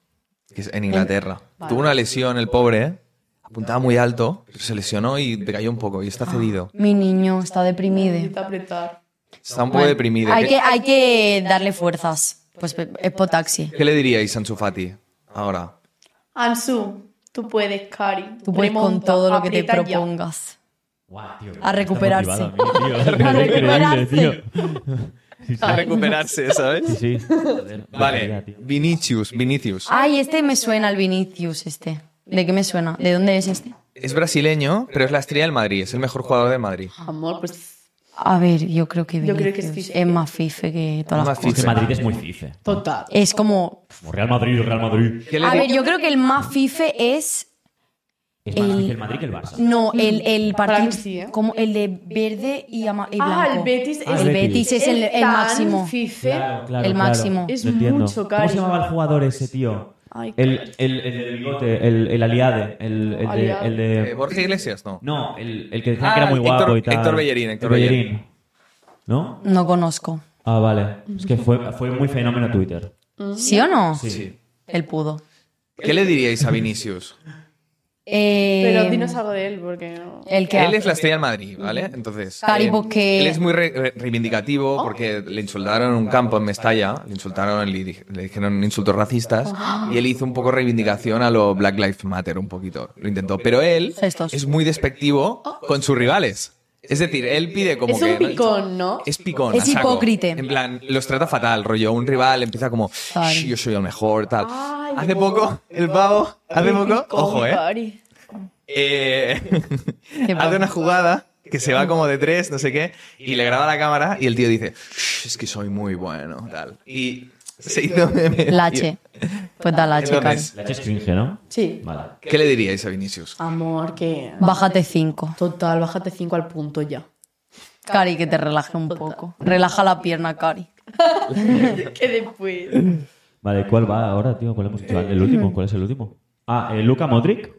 que es en Inglaterra. Tuvo una lesión el pobre, ¿eh? apuntaba muy alto, pero se lesionó y decayó un poco y está cedido.
Mi niño está deprimido.
Necesito apretar.
Está un poco deprimido.
Hay
¿Qué-
que, hay que darle fuerzas. Pues pe- es por taxi.
¿Qué le diríais a Ansu Fati ahora?
Ansu, tú puedes, Cari.
Tú puedes con
Remonta,
todo lo que te
aprieta ya.
propongas.
Guau, tío.
A recuperarse.
Está motivado, tío.
A
Increíble, tío.
A recuperarse, ¿sabes?
Sí, sí. Joder, barbaridad,
Vale,
tío.
Vinicius, Vinicius.
Ay, este me suena, el Vinicius, este. ¿De qué me suena? ¿De dónde es este?
Es brasileño, pero es la estrella del Madrid, es el mejor jugador de Madrid.
Amor, pues.
A ver, yo creo que
Yo
Vinicius
creo que es fife.
más fife que todas las
Más
cosas.
Es que
fife.
Madrid es muy fife.
Total.
Es como...
Como Real Madrid, Real Madrid.
¿Qué le
A
di-
ver, yo creo que el más fife es...
Es más
El-
fife el Madrid que el Barça.
No, el, el
Para
partido...
mí Mm, sí, ¿eh?
Como el de verde y, ama- y blanco.
Ah, el Betis es,
Ah,
El Betis es el, el
tan
máximo.
Fife.
El máximo.
Es
Lo entiendo.
mucho,
¿Cómo
Cari.
se llamaba el jugador ese, tío?
Ay,
El, el, el del bigote, el, el aliade, el, el de...
Aliade.
El de
Eh, Borja Iglesias, no.
no, el, el que decía
Ah,
que era muy
Héctor-
guapo y tal.
Héctor Bellerín, Héctor
El
Bellerín.
¿No?
No conozco.
Ah, vale. Es que fue, fue muy fenómeno Twitter.
¿Sí o no?
Sí.
Sí.
El pudo.
¿Qué le diríais a Vinicius?
Eh,
Pero dinos algo de él, porque no.
El que...
Él es la estrella del Madrid, ¿vale? Entonces.
Cari,
eh,
porque-
Él es muy re- re- reivindicativo porque le insultaron en un campo en Mestalla, le insultaron, le, di- le dijeron insultos racistas y él hizo un poco reivindicación a lo Black Lives Matter, un poquito. Lo intentó. Pero él
Gestos.
es muy despectivo con sus rivales. Es decir, él pide como
Es
que.
un picón, ¿no?
Es picón.
Es
a saco.
hipócrita.
En plan, los trata fatal, rollo. Un rival empieza como,
Vale.
"Shh, yo soy el mejor, tal.
Ay,
hace poco, el pavo, hace poco, ojo, eh.
Cari.
Eh,
pasa?
hace una jugada que se va como de tres, no sé qué, y le graba la cámara y el tío dice, "Shh, es que soy muy bueno, tal. Y se hizo meme. tío.
Lache. Pues da lache, Cari.
Entonces,
La H es cringe, ¿no?
Sí.
Vale.
¿qué le diríais a Vinicius?
Amor, que.
Bájate 5.
Total, bájate 5 al punto ya.
Cari, que te relaje un poco. Relaja la pierna, Cari.
que después.
Vale, ¿cuál va ahora, tío? ¿Cuál hemos hecho? El último, ¿cuál es el último? Ah, eh, Luka Modric.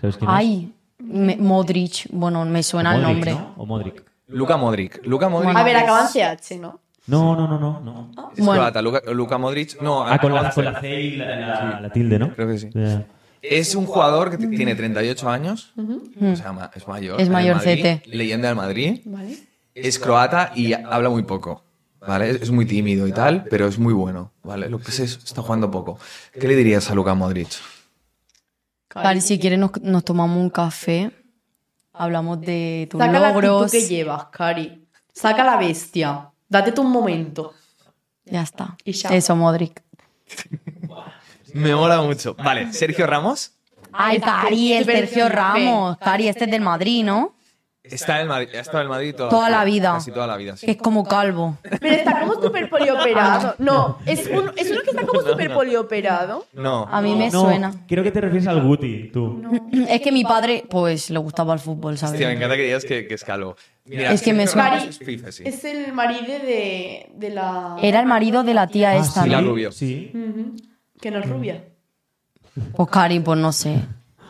¿Sabes quién es?
Ay, me- Modric. Bueno, me suena el
Modric,
nombre.
¿no? ¿O Modric?
Luca Modric. Luca Modric
A ver, acaban CH, ¿no?
No, no, no, no. no.
es
Bueno.
croata. Luka, Luka Modric, no,
Ah, con la, con la C y la, la- la tilde, ¿no?
creo que sí.
Ya.
Es un jugador que t- tiene 38 años, o sea, ma- es mayor.
Es
en el
mayorcete.
Madrid, Leyenda del Madrid.
Vale.
Es croata y habla muy poco. ¿Vale? Es es muy tímido y tal, pero es muy bueno. ¿Vale? Lo que sé es está jugando poco. ¿Qué le dirías a Luka Modric?
Cari, si quieres nos, nos tomamos un café. Hablamos de tus
Saca la
logros.
actitud que llevas, Cari. Saca la bestia. Date tu un momento.
Ya está.
Y ya.
Eso, Modric.
Me mola mucho. Vale, Sergio Ramos
Ay, Cari, el Sergio Ramos. Cari, este es del Madrid, ¿no?
está en el Madrid, ha estado en el Madrid toda,
Toda la vida.
Casi toda la vida, sí.
Que es como calvo.
Pero está como súper polioperado. No, es, un, es uno que está como súper polioperado.
No.
A mí me
No,
suena.
Creo que te refieres al Guti, tú.
Es que mi padre, pues, le gustaba el fútbol, ¿sabes?
Hostia, me encanta que digas que, que es calvo. Mira,
Es que me
Sergio
suena.
Ramos es FIFA, sí.
Es el marido de, de la.
Era el marido de la tía esta,
Ah, sí,
¿no?
la Rubio.
Ah, Sí.
Ujú. Que no es rubia.
Pues Cari, pues no sé.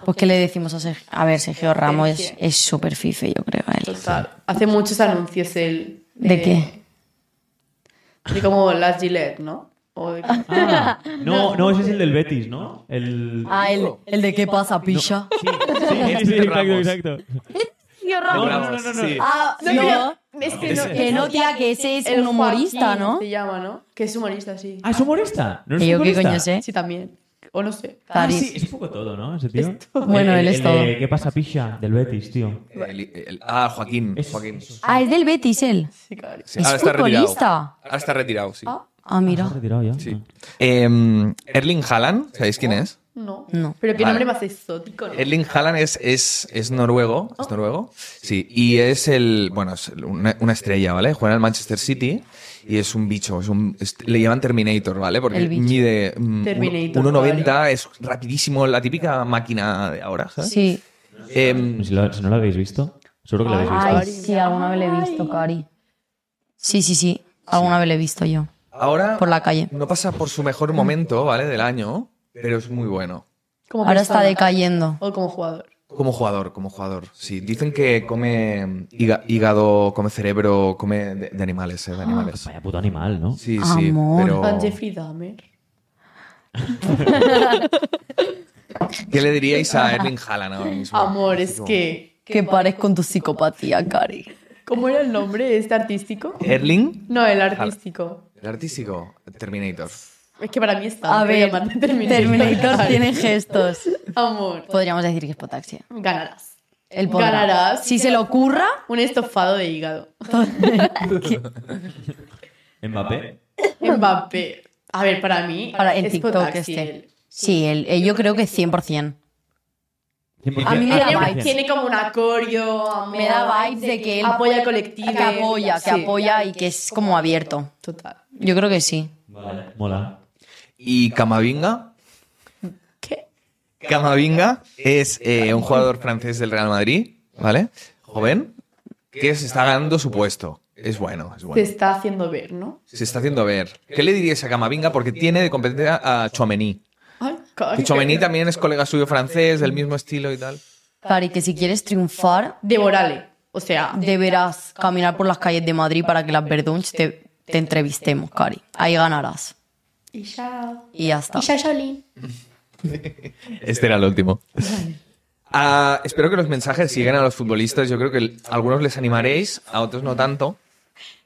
Pues qué le decimos a Sergio. A ver, Sergio Ramos es- es súper fife, yo creo, a él.
Total. Hace muchos anuncios él.
¿De qué?
De como las Gillette, ¿no? O de-
Ah, no, no, ese es el del Betis, ¿no? El...
Ah, el, el de qué pasa, picha.
Sí, sí,
Este
sí, sí, exacto,
Ramos.
exacto.
Sergio
No,
Ramos.
no, no, no, no.
Sí.
Ah,
No,
no.
pero es que no,
Que no, tía, que ese es un humorista,
Joaquín
¿no?
Se llama, ¿no? Que es humorista, sí.
Ah, es humorista. ¿No es
Que yo qué
futbolista?
coño sé.
Sí, también. O no sé.
Ah,
Cari.
sí, es un poco todo, ¿no? Ese tío.
Bueno, él es
el
todo.
de ¿Qué pasa, picha? Del Betis, tío.
El- el- ah, Joaquín.
Es-
Joaquín.
eso.
Ah, es del Betis él.
Sí, claro.
Sí,
es
ahora está retirado.
futbolista.
Ahora está retirado, sí.
Ah,
¿Se
mira.
ha retirado ya?
Sí.
Ah.
Em, Erling Haaland, ¿sabéis quién
Oh.
es?
No.
No.
Pero qué
Vale.
nombre más exótico, ¿no?
Erling Haaland es, es, es noruego,
Oh.
es noruego, sí, y es el, bueno, es el- una, una estrella, ¿vale? Juega en el Manchester City y es un bicho, es un, es- le llaman Terminator, ¿vale? Porque
El bicho.
mide mm,
Terminator,
1,90, es rapidísimo, la típica máquina de ahora, ¿sabes?
Sí.
Em,
Si, lo- si no lo habéis visto, seguro que lo habéis visto.
Ay, sí, alguna vez le he visto, Cari. Sí, sí, sí. Alguna vez le he visto yo.
ahora
Por la calle.
no pasa por su mejor momento, ¿vale? Del año, pero es muy bueno.
Como
Ahora está
persona
decayendo.
O como jugador.
Como jugador, como jugador. Sí, dicen que come higa- hígado, come cerebro, come de, de animales, ¿eh? De animales.
Pues Vaya puto animal, ¿no?
Sí, sí,
Ah, pues Amor.
pero...
Tan Jeffrey Dahmer.
¿Qué le diríais a Erling Haaland ahora mismo?
Amor, es que...
Que pares con tu psicopatía, Cari.
¿Cómo era el nombre? ¿Este artístico?
¿Erling?
No, el artístico.
El artístico. Terminator.
Es que para mí está.
A ver,
Terminator,
Terminator tiene gestos.
Amor,
Podríamos decir que es potaxia.
ganarás.
El podrá.
Ganarás.
Si se le ocurra,
Un estofado de hígado.
Mbappé.
Mbappé. A ver, para mí.
para en
es
TikTok
potaxiel.
este. Sí, el, el- yo creo que 100%.
100%.
A mí me da
Ah,
Tiene,
vibes.
tiene como un acorio. amor.
Me da vibes de que él-
apoya al colectivo.
Que apoya, que
Sí.
apoya y que es como abierto.
Total.
Yo creo que sí.
Vale, mola.
¿Y Camavinga?
¿Qué?
Camavinga es eh, un jugador francés del Real Madrid, ¿vale? Joven, que se está ganando su puesto. Es bueno, es
Se
bueno.
está haciendo ver, ¿no?
Se está haciendo ver. ¿Qué le diríais a Camavinga? Porque tiene de competencia a Chouameni.
Ay, cari-
Que Chouameni también es colega suyo francés, del mismo estilo y tal.
Cari, que si quieres triunfar,
Devorale. O sea,
deberás caminar por las calles de Madrid para que las verdunch te, te entrevistemos, Cari. Ahí ganarás. Y ya está.
Este era el último. Ah, espero que los mensajes lleguen a los futbolistas. Yo creo que el- algunos les animaréis, a otros no tanto.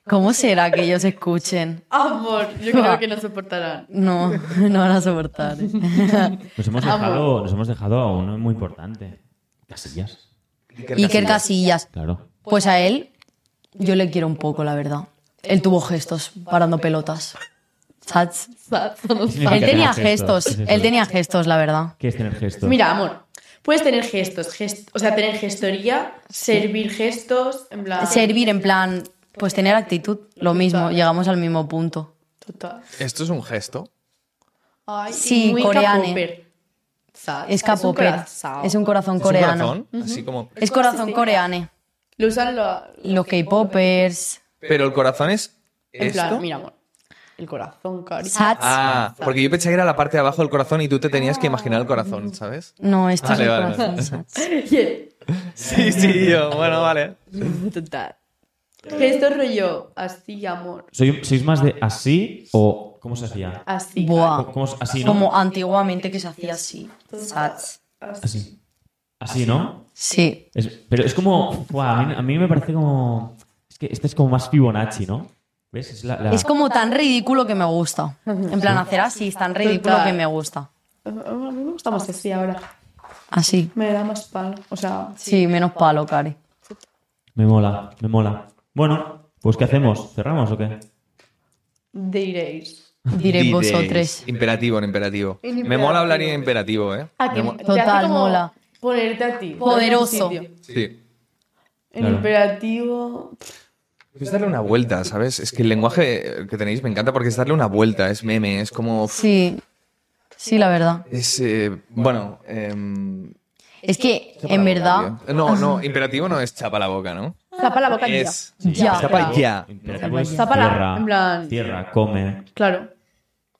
¿Cómo será que ellos escuchen?
amor, yo creo que no soportarán.
No, no van a soportar.
Nos hemos dejado, nos hemos dejado a uno muy importante. Casillas.
Iker Casillas.
Claro.
Pues a él yo le quiero un poco, la verdad. Él tuvo gestos parando pelotas. ¿Sabes?
Sad, no sad.
Él tenía
Tener gestos.
gestos, él tenía gestos, la verdad.
¿Qué es tener gestos?
Mira, amor, puedes tener gestos, gest- o sea, tener gestoría, servir gestos, en plan.
Servir en plan, pues tener actitud, lo mismo, llegamos al mismo punto.
Total.
Esto es un gesto.
Ay,
Sí,
muy
coreane.
capoper. Sad.
Ah, Es capoper,
corazón.
es un corazón
Es
coreano.
un corazón, así como.
Es corazón coreano.
Lo usan lo-
Los eh. K-popers,
Pero el corazón es
en
esto.
plan, mira, amor. El corazón, cari.
sats.
Ah, porque yo pensé que era la parte de abajo del corazón y tú te tenías que imaginar el corazón, ¿sabes?
No, esto es
Vale,
el
vale,
corazón
vale.
sats.
Y el-
Sí, sí, yo. Bueno, vale.
Total. Gestos rollo, así, amor.
Soy- ¿Sois más de así o cómo se hacía?
Así.
Buah.
¿Cómo, cómo es- así, ¿no?
Como antiguamente que se hacía así. Sats.
Así. Así, ¿no?
Sí.
Es- pero es como. Buah, a, mí, a mí me parece como. Es que este es como más Fibonacci, ¿no? ¿Ves? Es la. la-
Es como tan ridículo que me gusta. En plan, hacer así es tan ridículo
Total.
que me gusta.
A mí me gusta más así ahora.
Así.
Me da más palo. O sea,
Sí, menos palo, Cari.
Me mola, me mola. Bueno, pues ¿qué hacemos? ¿Cerramos o qué?
diréis.
Diréis
Diréis.
vosotros.
Imperativo, en imperativo.
En
Me mola
imperativo.
hablar en imperativo, ¿eh?
Ah, que
Me mo-
te hace
Total,
como
mola.
Ponerte a ti.
Poderoso.
En algún sitio.
Sí.
En
Claro.
imperativo.
Pues Es darle una vuelta, ¿sabes? Es que el lenguaje que tenéis me encanta porque es darle una vuelta, es meme, es como.
Sí. Sí, la verdad.
Es. eh, bueno. em,
Es que, en verdad,
No, no, imperativo no es chapa la boca, ¿no?
Zapa la boca ya.
Es.
Ya.
Chapa ya.
Imperativo es
Está para-
tierra,
en plan-
tierra, come.
Claro.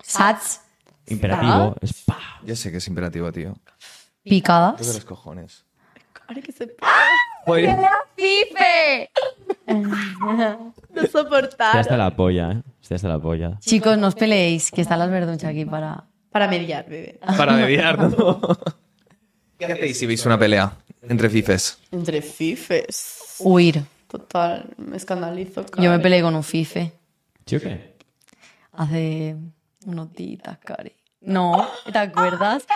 Sats,
Imperativo es pa.
Ya sé que es imperativo, tío. Es de
picadas.
los cojones.
Ahora que se
Podría-
no
Ya
soportar.
está la polla, ¿eh? Ya está la polla.
Chicos, no os peleéis, que están las verdunchas aquí para.
Para mediar, bebé.
Para mediar, ¿no? ¿Qué hacéis si veis una pelea entre fifes?
Entre fifes.
huir.
Total, me escandalizo.
Yo me
Cari.
peleé con un fife
¿Sí o qué?
hace unos días, Cari. No, ¿te acuerdas?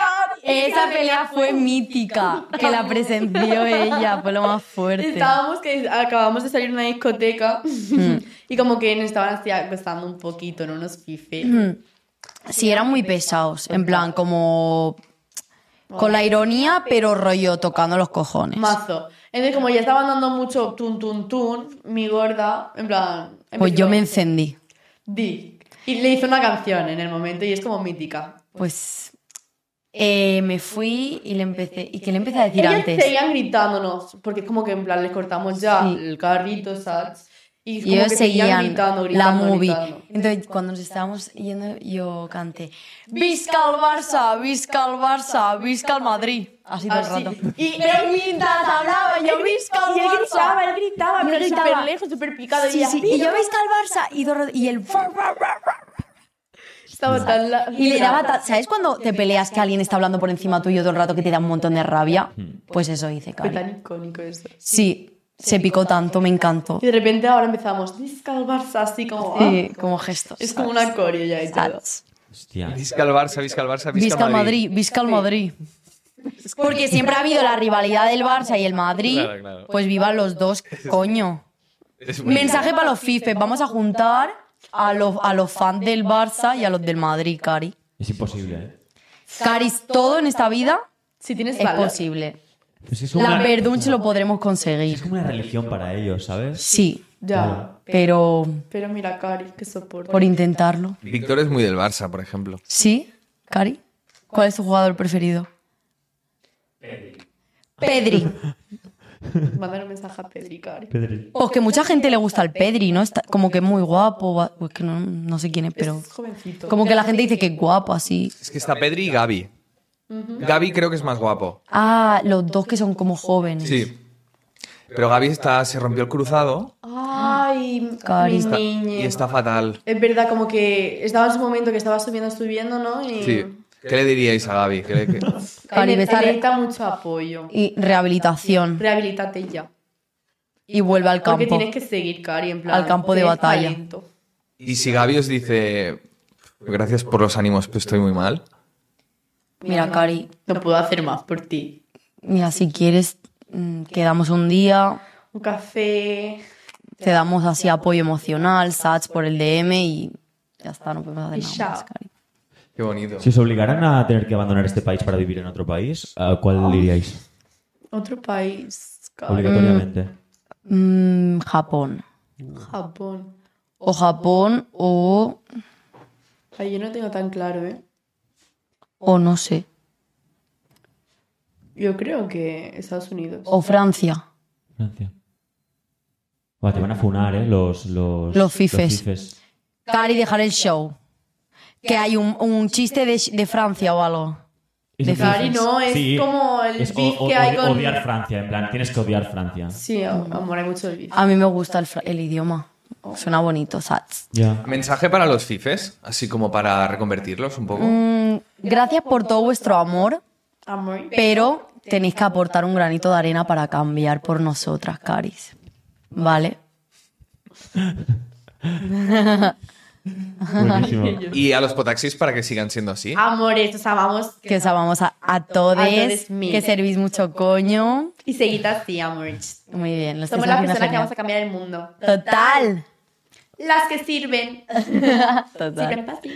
Esa pelea fue mítica, que la presenció ella, fue lo más fuerte. Mm.
Estábamos que acabamos de salir de una discoteca Y como que nos estaban hasta gustando un poquito, no nos fife.
Mm. Sí, eran muy pesados. En plan, como. Con la ironía, pero rollo tocando los cojones.
Mazo. Entonces, como ya estaban dando mucho tun, tun, tun, mi gorda, en plan.
Pues
empezó-
yo me encendí.
Di. Y le hizo una canción en el momento y es como mítica.
Pues. eh, me fui y le empecé. ¿Y qué le empecé a decir
Ellos
antes?
seguían gritándonos, porque es como que en plan les cortamos ya
Sí.
el carrito, ¿sabes? Y, es
Y
como
ellos
que seguían
seguían
gritando,
la
gritando,
movie.
gritando.
Entonces, cuando nos estábamos yendo, yo canté Visca al Barça, Visca al Barça, Visca al Madrid. Así todo el
Así.
rato.
Y
Pero mientras hablaba, yo Visca al
Y él gritaba,
Barça.
él gritaba,
Y
pero
gritaba.
súper lejos, súper picado.
Sí,
y,
sí,
así,
Y yo Visca al Barça y, todo el rato- y el...
estaba tan la-
Y le daba... ta- ¿Sabes cuando te peleas que alguien está hablando por encima tuyo todo el rato que te da un montón de rabia?
Mm.
Pues eso hice,
Fue
Cari.
tan icónico eso.
Sí, se picó tanto, me encantó.
Y de repente ahora empezamos, disca al Barça, así como...
Sí,
ah,
como gestos.
es como
¿sabes?
una coreo ya y todo.
¿Sabes?
Hostia.
Visca el Barça, Visca el Barça, Visca,
Visca
el
al
Madrid.
Madrid, Visca al Madrid. Porque siempre ha habido la rivalidad del Barça y el Madrid.
Claro, claro.
Pues vivan los dos, coño.
Es muy-
Mensaje para los fifes. Vamos a juntar a los, a los fans del Barça y a los del Madrid, Cari.
Es imposible, ¿eh?
Caris, todo en esta vida
Si tienes
es
balas.
posible.
Pues es
La
una,
Verdunch lo podremos
es
conseguir.
como una religión para ellos, ¿sabes?
Sí,
Ya.
pero
Pero mira, Cari, que soporte.
por intentarlo.
Víctor es muy del Barça, por ejemplo.
¿Sí, Cari? ¿Cuál es tu jugador preferido? Pedri.
Mandar un mensaje a Pedri, Cari.
Pedri.
Pues que mucha gente le gusta al Pedri, ¿no? Está como que muy guapo, va- pues que no, no sé quién es, pero...
Es jovencito.
Como que la gente dice que es guapo, así.
Es que está Pedri y Gaby. Gaby creo que es más guapo.
Ah, los dos que son como jóvenes.
Sí. Pero Gaby está, se rompió el cruzado
Ay,
Cari.
mi
Está-
niña.
y está fatal.
Es verdad, como que estaba en su momento que estaba subiendo, subiendo, ¿no? Y
Sí. ¿Qué le diríais a Gaby? ¿Qué le- qué-
Cari,
Cari,
vete a-
necesita mucho apoyo.
Y rehabilitación.
Rehabilítate ya.
Y vuelve al
Porque
campo.
tienes que seguir, Cari, en plan.
Al campo de
tienes
batalla.
talento.
Y si Gaby os dice, gracias por los ánimos, pero estoy muy mal.
Mira, Cari,
No puedo hacer más por ti.
mira, si quieres, mm, quedamos un día,
Un café.
te damos así apoyo emocional, sats por el DM y ya está, no podemos hacer
Y
nada más,
chao.
Cari.
Qué bonito.
Si os obligaran a tener que abandonar este país para vivir en otro país, ¿a cuál iríais?
Otro país. Cari.
Obligatoriamente.
Mm, Japón.
Japón.
O Japón o...
Ay, yo no tengo tan claro, ¿eh?
o no sé.
Yo creo que Estados Unidos.
O Francia.
Francia. Buah, te van a funar, ¿eh? Los, los,
Los fifes.
fifes.
Cari, dejar el show. Que hay un, un chiste de, de Francia o algo. De
Entonces,
Cari, no, es
sí,
como el
es o-
beef
o-
que hay
o-
con-
Odiar Francia, en plan, tienes que odiar Francia.
Sí, a- amor, hay mucho olvido.
A mí me gusta el, fra- el idioma. Suena bonito, Sats.
Ya.
Mensaje para los fifes, así como para reconvertirlos un poco.
Mm, gracias por todo vuestro amor,
Amor.
pero tenéis que aportar un granito de arena para cambiar por nosotras, Caris. ¿Vale?
Buenísimo.
Y a los potaxis para que sigan siendo así.
Ah.
Amores, os amamos.
Que os amamos a, a todos,
A todes mil.
que servís mucho coño.
Y seguid así, amores.
Muy bien, lo estáis
Somos las
haciendo
personas que
genial.
vamos a cambiar el mundo.
Total.
Las que sirven.
Total.
Sirven para ti.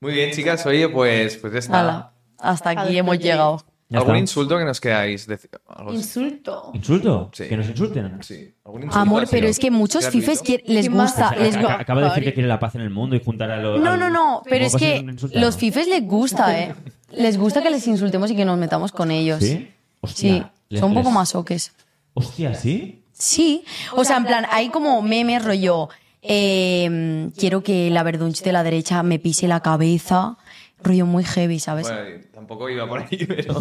Muy bien, chicas. Oye, pues, pues ya está.
Hala, hasta aquí
Adiós,
hemos
Rodri.
llegado.
Ya
¿Algún
está.
insulto que nos queráis? decir?
Pues
Algo así.
Insulto.
¿Insulto?
Sí.
Que nos insulten.
Sí, algún insulto
Amor,
así,
pero
¿no?
es que muchos
Gratuito.
fifes quier- les
¿Qué más
gusta.
hace?
Ah, les
Ac-
gu-
ac- Acaba de decir que quiere la paz en el mundo y juntar a los.
No, no, no, pero es que los fifes les gusta, ¿eh? Les gusta que les insultemos y que nos metamos con ellos.
¿Sí? Hostia,
Sí,
les-
son un poco
les-
masoques.
Hostia, ¿sí?
Sí, o sea, en plan, hay como memes rollo. eh, quiero que la verdunch de la derecha me pise la cabeza. Rollo muy heavy, ¿sabes?
Bueno, y tampoco iba por ahí, pero...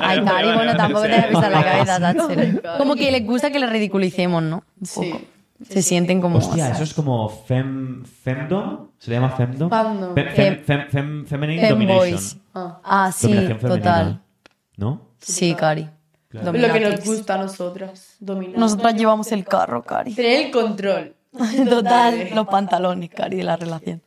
Ay, Cari,
vale,
bueno,
vale,
tampoco te
sí.
voy a pisar la cabeza,
No,
Thatcher.
Cari.
Como que les gusta que les ridiculicemos, ¿no? Un
Sí.
poco. Se sienten como.
Hostia, eso es como fem, femdom. ¿Se le llama femdom?
Fandom.
Fe- fem- fem- fem- feminine domination.
Eh, Femboys.
Ah.
Ah, sí,
Dominación femenina.
total.
¿No?
Sí, Cari.
Lo que nos
Dominatrix.
gusta a nosotras. Dominar.
Nosotras llevamos el carro, Cari.
Tener el control.
Total, los pantalones, Cari, de la relación.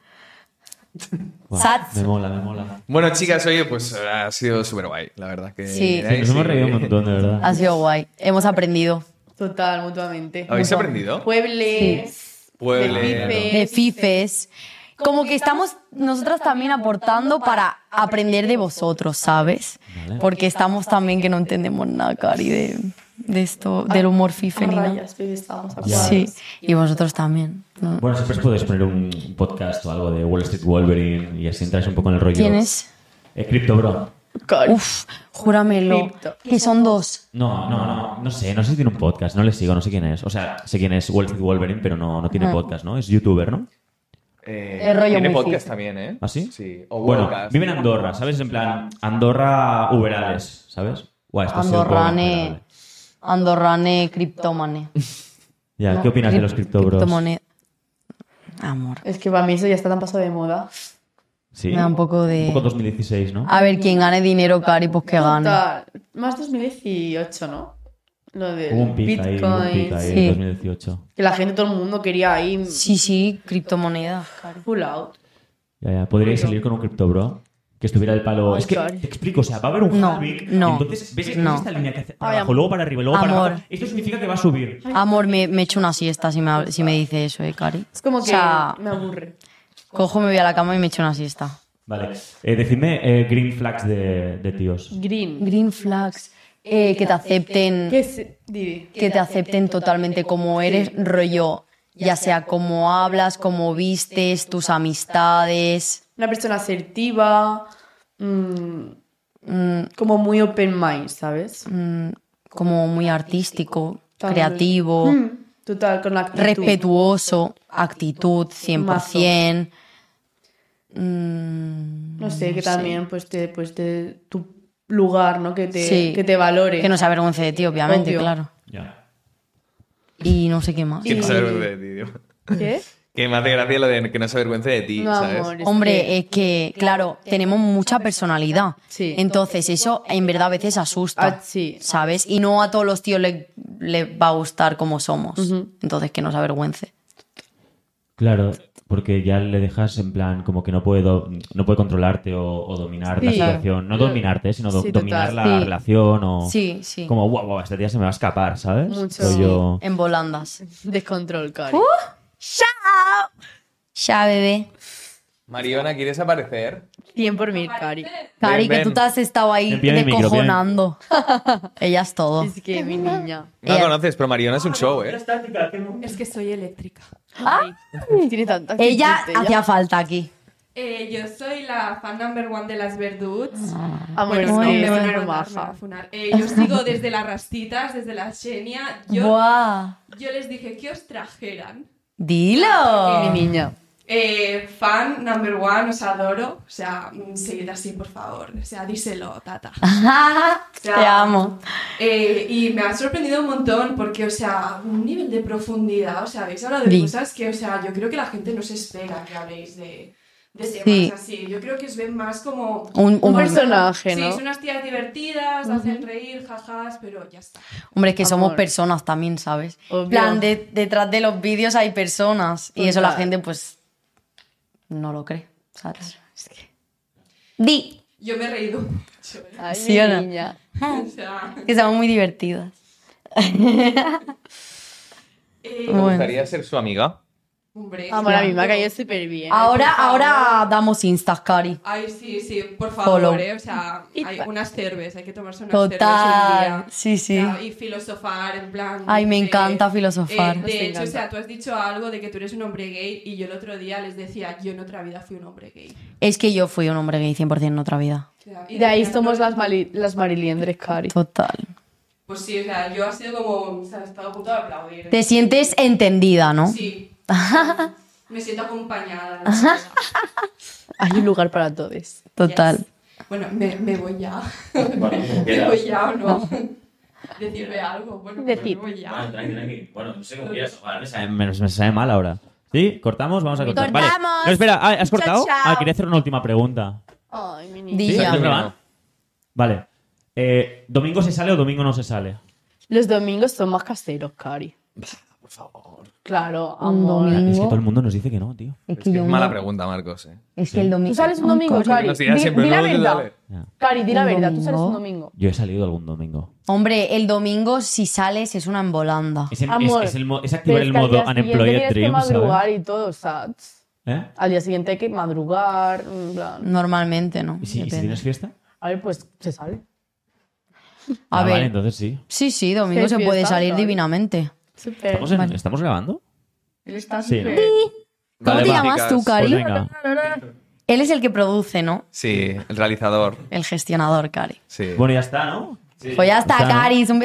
Buah,
Sats.
Me mola, me mola.
Bueno, chicas, oye, pues ha sido súper guay, la verdad que...
Sí.
Sí, nos hemos reído un montón, de verdad.
Ah. Ha sido guay. Hemos aprendido.
Total, mutuamente.
¿Habéis aprendido?
Puebles.
Pueble.
Pipe.
de FIFES. Como que estamos nosotras también aportando para aprender de vosotros, ¿sabes?
Vale.
Porque estamos también que no entendemos nada, Cari, de, de esto, del humor fife ni nada.
Rayas, baby, estábamos
Ya.
Sí, y vosotros también. ¿no?
Bueno, siempre os podéis poner un podcast o algo de Wall Street Wolverine y así entráis un poco en el rollo.
¿Quién es?
Eh, Crypto Bro.
Uf, júramelo.
Cripto.
Que son dos.
No, no, no, no sé, no sé si tiene un podcast, no le sigo, no sé quién es. O sea, sé quién es Wall Street Wolverine, pero no, no tiene
Ah.
podcast, ¿no? Es youtuber, ¿no?
Eh,
El rollo
tiene
muy
podcast
fifi.
también, ¿eh?
¿Ah, sí?
Sí. O
bueno,
podcast.
vive en Andorra, ¿sabes? En plan, Andorra Uberales, ¿sabes? Guau, esto ha sido un poco
Andorrane,
vulnerable.
Andorrane, criptomane.
Ya, ¿qué opinas de los Crypto Bros?
Criptomone- Amor.
Es que para mí eso ya está tan pasado de moda.
Sí.
Me da un poco de- Ah,
Un poco 2016, ¿no?
A ver, quien gane dinero, Cari, pues que gane.
Total, Más 2018, ¿no? Lo de
Hubo un pic ahí, hubo un pic ahí en
Sí.
2018.
Que la gente, todo el mundo quería ahí
Sí, sí, criptomonedas, Cari.
full out.
Ya, ya. Podríais salir con un Crypto Bro que estuviera el palo.
Ay,
Es que
sorry.
te explico, o sea, va a haber un
No,
halving,
no,
y entonces ves
no.
esta línea que hace para
Ay,
abajo,
am-
luego para arriba, luego
Amor.
para abajo. Esto significa que va a subir.
Amor, me, me echo una siesta si me, hab- si me dice eso, ¿eh, Cari?
Es como
O
que
sea,
me aburre.
cojo, me voy a la cama y me echo una siesta.
Vale, eh, decidme eh, green flags de, de tíos.
Green.
mm, Green flags. eh, que te acepten.
¿Qué es? Didi.
que te acepten totalmente como eres, rollo, ya sea como hablas, como vistes, tus amistades.
Una persona asertiva. mm, Como muy open mind, ¿sabes?
mm, como muy artístico,
Total.
creativo,
Mm, Total, con la actitud.
respetuoso, actitud 100%. mm,
No sé, que también pues te, pues te- tu lugar, ¿no? Que te,
Sí.
que te valore.
que no se avergüence de ti, obviamente,
Obvio.
claro.
Ya.
Y no sé qué más.
Que no
Y-
se avergüence de ti, tío.
¿Qué?
Que me hace gracia lo de que no se avergüence de ti,
No,
¿sabes?
amor. es
Hombre,
que-
es que, claro, tenemos mucha personalidad.
Sí.
Entonces, eso en verdad a veces asusta.
Ah, sí.
¿Sabes? Y no a todos los tíos le- les va a gustar como somos. Entonces, que nos avergüence.
Claro, porque ya le dejas en plan como que no puede, do- no puede controlarte o, o dominar la
Sí.
situación. No
Claro.
dominarte, sino do-
Sí, total.
dominar la
Sí.
relación o...
Sí, sí.
Como, guau, guau, esta tía se me va a escapar, ¿sabes?
Mucho.
O yo...
En volandas.
Descontrol, Cari.
¡Chao! Ya, bebé.
Mariona, ¿quieres aparecer?
100 por mil, Cari.
Cari, que
ven.
tú te has estado ahí
Ven, pilla mi micro,
descojonando. Ella es todo.
Es que mi niña.
No la
Ella-
conoces, pero Mariona es un show, ¿eh?
Es que soy eléctrica.
Tiene tanta actitud,
Ah, Ella hacía falta aquí.
Eh, yo soy la fan number one de las Verduts.
Amor,
Bueno,
es
Ah, Muy
no,
que
me
es
van a
una
matar, me van a
maja.
funar. Eh, yo sigo desde las rastitas, desde la Xenia. Yo,
¡Buah!
yo les dije que os trajeran.
¡Dilo!
Mi niña.
Eh, fan number one, os adoro. O sea, mm, seguid así, por favor. O sea, díselo, tata.
Te amo.
Eh, y me ha sorprendido un montón porque, o sea, un nivel de profundidad, o sea, habéis hablado de
Di.
cosas que, o sea, yo creo que la gente no se espera que habléis de, de temas
Sí.
así. Yo creo que os ven más como...
Un,
Un
un-
personaje,
Sí,
¿no?
son unas tías divertidas, hacen reír, jajas, pero ya está.
Hombre, es que somos
Amor.
personas también, ¿sabes?
Obvio.
plan, de- detrás de los vídeos hay personas. Y eso la
Total.
gente, pues, no lo cree, ¿sabes? Es que... Di,
Yo me he reído mucho. ¿eh?
Ay,
¿Sí
mi
o no?
niña.
O sea,
que somos muy divertidas.
eh,
¿Te
Bueno.
gustaría ser su amiga?
hombre.
Amor, a mí me ha
pero-
caído súper bien.
Ahora,
por favor.
ahora damos instas, Cari.
Ay, sí, sí, por
Follow.
favor, ¿eh? O sea, hay unas cervezas, hay que tomarse unas cervezas un
Total.
día.
Sí, sí.
Ya, Y filosofar, en plan.
Ay, me
eh,
encanta filosofar.
eh,
Nos
de hecho, o
encanta.
sea, tú has dicho algo de que tú eres un hombre gay y yo el otro día les decía, yo en otra vida fui un hombre gay.
Es que yo fui un hombre gay 100% en otra vida.
O sea,
De ahí
decían,
somos
"No".
las, mali- las mariliendres, Cari.
Total.
Pues sí, o sea, yo ha sido como. O sea, he estado a punto de aplaudir.
Te sientes entendida, ¿no?
Sí. me siento acompañada. no sé.
Hay un lugar para todos.
Total.
Yes. Bueno, me, me voy ya. me
quieras.
voy ya o no. Decirme algo. Bueno, pues
Decir.
me voy ya.
Bueno, no sé cómo Me, me sale mal ahora. ¿Sí? ¿Cortamos? Vamos a cortar. Vale.
¡Cortamos!
No, espera, ah, ¿has
Chao,
cortado?
chao.
Ah, quería hacer una última pregunta.
Ay, mi
Di.
niña.
Sí,
¿Estás
ya.
grabando? Vale. Eh, ¿Domingo se sale o domingo no se sale?
Los domingos son más caseros, Cari.
Por favor.
Claro,
Un
amor.
domingo.
Es que todo el mundo nos dice que no, tío.
Es,
Es
que
que yo.
es mala pregunta, Marcos. eh.
Es que el domingo.
¿Tú sales un domingo,
Hombre,
Cari?
Nos dirá
Di-
siempre,
di la
no,
verdad.
dale.
Ya.
Cari, di la
¿Un
verdad. Tú sales un
domingo?
domingo.
Yo he salido algún domingo.
Hombre, el domingo si sales es una embolanda.
Es, en- es-
Amor,
es el mo- es
Pero
activar
es
el
que al día
modo
siguiente
Unemployed
tienes que
Dream,
madrugar
¿sabes?
y todo, o sea, tss,
¿Eh?
Al día siguiente hay que madrugar, en plan.
Normalmente, ¿no?
¿Y si, y si
Depende.
tienes fiesta?
A ver, pues se sale.
A
Ah,
ver. Eh,
Vale, entonces sí.
Sí, sí, domingo
Es que
se
hay
puede
fiesta,
salir
Cari.
divinamente.
Súper.
¿Estamos, en-
Vale.
¿estamos grabando?
Él está
Sí,
súper-
¿Cómo
Vale,
te
va.
llamas tú,
Pues
Cari?
venga.
Él es el que produce, ¿no?
Sí, el realizador.
El gestionador, Cari.
Sí.
Bueno, ya está, ¿no?
Pues ya está,
Está, ¿no?
Cari. es un